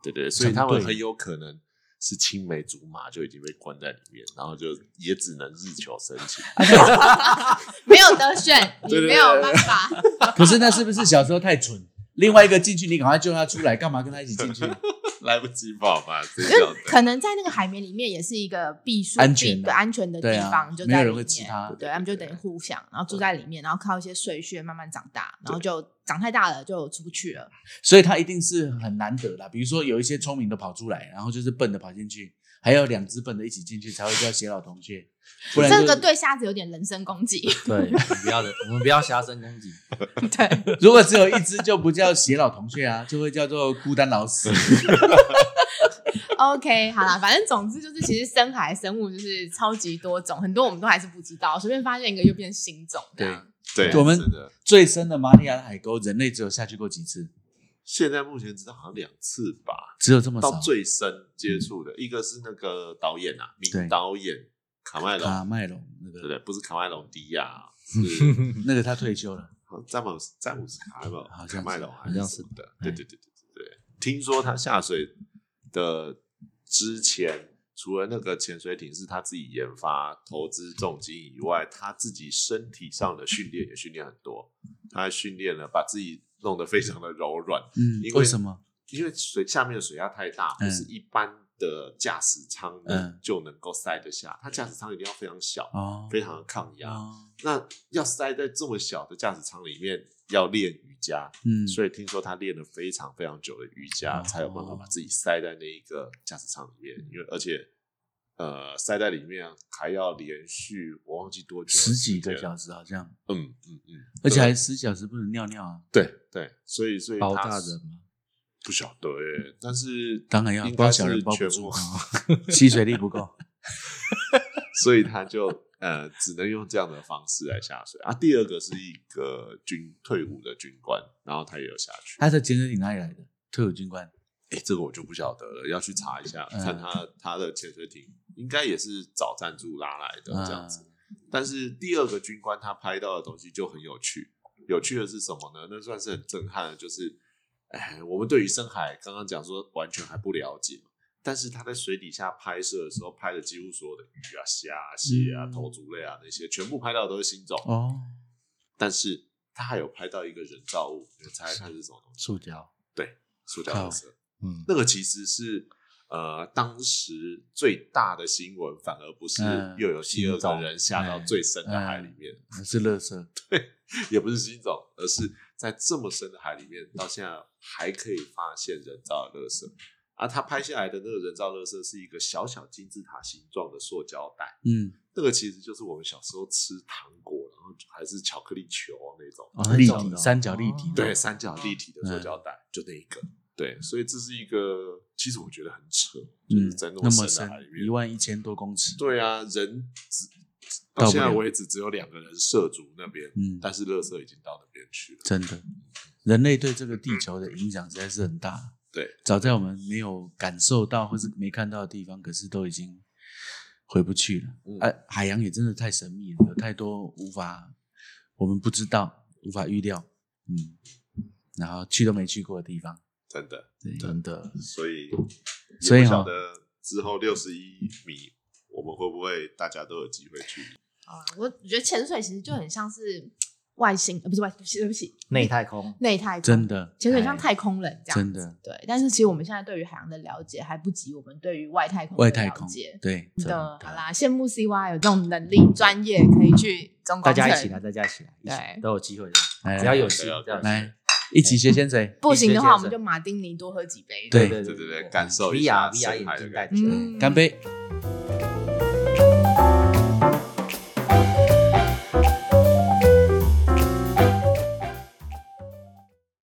[SPEAKER 4] 对对，对所以他
[SPEAKER 3] 成
[SPEAKER 4] 们
[SPEAKER 3] 对
[SPEAKER 4] 很有可能。是青梅竹马就已经被关在里面，然后就也只能日求生情。
[SPEAKER 2] 没有得 选，你
[SPEAKER 4] 对对
[SPEAKER 2] 没有
[SPEAKER 4] 对
[SPEAKER 2] 办法。
[SPEAKER 4] 嗯
[SPEAKER 3] 可是那是不是小时候太蠢？另外一个进去，你赶快救他出来，干嘛跟他一起进去？
[SPEAKER 4] 来不及跑吧，这
[SPEAKER 2] 因为
[SPEAKER 4] 样的。
[SPEAKER 2] 可能在那个海绵里面也是一个避暑、
[SPEAKER 3] 安全的
[SPEAKER 2] 避对安全的
[SPEAKER 3] 对
[SPEAKER 2] 地
[SPEAKER 3] 啊
[SPEAKER 2] 方，就
[SPEAKER 3] 没有
[SPEAKER 2] 在
[SPEAKER 3] 人
[SPEAKER 2] 里
[SPEAKER 3] 会
[SPEAKER 2] 面
[SPEAKER 3] 吃它
[SPEAKER 2] 对他们就等于互相，然后住在里面，然后靠一些碎屑慢慢长大，然后就长太大了就出不去了。
[SPEAKER 3] 所以它一定是很难得啦。比如说有一些聪明的跑出来，然后就是笨的跑进去，还有两只笨的一起进去才会叫偕老同穴，不然就
[SPEAKER 2] 这个对虾子有点人身攻击，
[SPEAKER 1] 对，我们不要的，我们不要瞎生攻击。
[SPEAKER 2] 对，
[SPEAKER 3] 如果只有一只就不叫偕老同穴啊，就会叫做孤单老死。
[SPEAKER 2] OK，好啦，反正总之就是，其实深海生物就是超级多种，很多我们都还是不知道，随便发现一个又变新种这样。
[SPEAKER 4] 对，
[SPEAKER 3] 我们
[SPEAKER 4] 真的
[SPEAKER 3] 最深的马里亚纳海沟，人类只有下去过几次，
[SPEAKER 4] 现在目前知道好像两次吧，
[SPEAKER 3] 只有这么少嗯
[SPEAKER 4] 到。最深接触的一个是那个导演啊，
[SPEAKER 3] 对
[SPEAKER 4] 名导演卡麦隆，
[SPEAKER 3] 卡麦隆那
[SPEAKER 4] 对不
[SPEAKER 3] 个
[SPEAKER 4] 对？不是卡麦隆迪 亚，啊是
[SPEAKER 3] 那个他退休 了，
[SPEAKER 4] 好像詹姆斯詹姆斯卡麦隆，
[SPEAKER 3] 好像是
[SPEAKER 4] 卡麦隆还
[SPEAKER 1] 好像
[SPEAKER 4] 是
[SPEAKER 1] 是
[SPEAKER 4] 什么的？
[SPEAKER 1] 哎
[SPEAKER 4] 对对对对对对，听说他下水的之前。除了那个潜水艇是他自己研发、投资重金以外，他自己身体上的训练也训练很多。他还训练了，把自己弄得非常的柔软，
[SPEAKER 3] 嗯
[SPEAKER 4] 因，为
[SPEAKER 3] 为什么？
[SPEAKER 4] 因为水下面的水压太大，
[SPEAKER 3] 嗯
[SPEAKER 4] 不是一般的驾驶舱
[SPEAKER 3] 嗯
[SPEAKER 4] 就能够塞得下。它驾驶舱一定要非常小，
[SPEAKER 3] 哦，
[SPEAKER 4] 非常的抗压。
[SPEAKER 3] 哦
[SPEAKER 4] 那要塞在这么小的驾驶舱里面，要练瑜伽，
[SPEAKER 3] 嗯，
[SPEAKER 4] 所以听说他练了非常非常久的瑜伽，
[SPEAKER 3] 哦嗯
[SPEAKER 4] 才有办法把自己塞在那一个驾驶舱里面。因为而且，呃，塞在里面还要连续，我忘记多久了
[SPEAKER 3] 十几个
[SPEAKER 4] 时间了
[SPEAKER 3] 小时好像，
[SPEAKER 4] 嗯嗯嗯，
[SPEAKER 3] 而且还十小时不能尿尿啊。
[SPEAKER 4] 对对，所以所以
[SPEAKER 1] 包
[SPEAKER 4] 他
[SPEAKER 1] 大人嘛，
[SPEAKER 4] 不晓得耶，但是
[SPEAKER 3] 当然要
[SPEAKER 4] 应
[SPEAKER 3] 包
[SPEAKER 4] 该
[SPEAKER 3] 小人
[SPEAKER 4] 是
[SPEAKER 3] 包不
[SPEAKER 4] 全
[SPEAKER 3] 住
[SPEAKER 4] 部。
[SPEAKER 3] 吸水力不够。
[SPEAKER 4] 所以他就呃只能用这样的方式来下水啊。第二个是一个军退伍的军官，然后他也有下去。
[SPEAKER 3] 他的潜水艇哪里来的？退伍军官。
[SPEAKER 4] 哎、这个我就不晓得了，要去查一下，
[SPEAKER 3] 嗯
[SPEAKER 4] 看他他的潜水艇应该也是找赞助拉来的这样子。
[SPEAKER 3] 嗯
[SPEAKER 4] 但是第二个军官他拍到的东西就很有趣，有趣的是什么呢？那算是很震撼的，就是哎，我们对于深海刚刚讲说完全还不了解嘛。但是他在水底下拍摄的时候，拍的几乎所有的鱼啊、虾啊、蟹啊、
[SPEAKER 3] 嗯
[SPEAKER 4] 头足类啊那些，全部拍到的都是新种。
[SPEAKER 3] 哦，
[SPEAKER 4] 但是他还有拍到一个人造物，你们猜猜看是什么东西？
[SPEAKER 1] 塑胶，
[SPEAKER 4] 塑料垃圾。
[SPEAKER 1] 嗯，
[SPEAKER 4] 那个其实是呃，当时最大的新闻，反而不是
[SPEAKER 3] 嗯
[SPEAKER 4] 又有第二个人下到
[SPEAKER 3] 新种
[SPEAKER 4] 最深的海里面，
[SPEAKER 3] 那是垃圾。
[SPEAKER 4] 也不是新种，而是在这么深的海里面，到现在还可以发现人造的垃圾。而、他拍下来的那个人造垃圾是一个小小金字塔形状的塑胶袋，
[SPEAKER 3] 嗯，
[SPEAKER 4] 那个其实就是我们小时候吃糖果，然后还是巧克力球啊那种，
[SPEAKER 1] 哦
[SPEAKER 3] 立
[SPEAKER 1] 那种
[SPEAKER 3] 体
[SPEAKER 1] 的
[SPEAKER 3] 三角立体
[SPEAKER 1] 哦
[SPEAKER 3] 的。
[SPEAKER 4] 对，三角立体的
[SPEAKER 3] 嗯
[SPEAKER 4] 塑胶袋，就那一个。对，所以这是一个，其实我觉得很扯，就是
[SPEAKER 3] 嗯
[SPEAKER 4] 在，那
[SPEAKER 3] 那么
[SPEAKER 4] 么深
[SPEAKER 3] 深
[SPEAKER 4] 的海里，面
[SPEAKER 3] 一，万一千多公尺。
[SPEAKER 4] 对啊，人只
[SPEAKER 3] 到
[SPEAKER 4] 到
[SPEAKER 3] 不
[SPEAKER 4] 现在
[SPEAKER 3] 了
[SPEAKER 4] 为止只有两个人涉足那边，
[SPEAKER 3] 嗯
[SPEAKER 4] 但是垃圾已经到那边去了。
[SPEAKER 3] 真的，人类对这个地球的影响实在是很大。
[SPEAKER 4] 对，
[SPEAKER 3] 早在我们没有感受到或是没看到的地方，可是都已经回不去了。
[SPEAKER 4] 嗯
[SPEAKER 3] 哎、海洋也真的太神秘了，有太多无法我们不知道、无法预料，嗯，然后去都没去过的地方。
[SPEAKER 4] 真的，
[SPEAKER 3] 对，
[SPEAKER 1] 真的，
[SPEAKER 4] 所以
[SPEAKER 3] 所以哦
[SPEAKER 4] 也不
[SPEAKER 3] 哈
[SPEAKER 4] 晓得之后六十一米，我们会不会大家都有机会去？
[SPEAKER 2] 啊，我觉得潜水其实就很像是外星，呃，不是外，对不起，对不起，
[SPEAKER 1] 内太空，
[SPEAKER 2] 内太空，
[SPEAKER 3] 真的
[SPEAKER 2] 其实
[SPEAKER 1] 哎
[SPEAKER 2] 很像太空人这样，
[SPEAKER 3] 真的。
[SPEAKER 2] 对。但是其实我们现在对于海洋的了解还不及我们对于外太空的
[SPEAKER 3] 外太空
[SPEAKER 2] 了解，
[SPEAKER 3] 对，
[SPEAKER 2] 真的。
[SPEAKER 3] 真
[SPEAKER 2] 好啦，羡慕 CY 有这种能力、专业，可以去中国。
[SPEAKER 1] 大家一起来，大家一起来，一
[SPEAKER 2] 对
[SPEAKER 1] 起都有机会的，
[SPEAKER 3] 来
[SPEAKER 1] 只要有心，
[SPEAKER 4] 来
[SPEAKER 1] 只要有心
[SPEAKER 3] 来一起学潜水，
[SPEAKER 2] 不行的话，
[SPEAKER 1] 一
[SPEAKER 2] 我
[SPEAKER 1] 起
[SPEAKER 2] 们
[SPEAKER 1] 先
[SPEAKER 2] 就马丁尼多喝几杯。
[SPEAKER 3] 对
[SPEAKER 1] 对
[SPEAKER 4] 对对对感受一
[SPEAKER 1] VR
[SPEAKER 4] 下
[SPEAKER 1] VR
[SPEAKER 4] 深海
[SPEAKER 1] 眼
[SPEAKER 4] 的
[SPEAKER 1] 镜戴
[SPEAKER 4] 感
[SPEAKER 1] 起来。
[SPEAKER 2] 嗯，
[SPEAKER 3] 干杯！
[SPEAKER 1] 干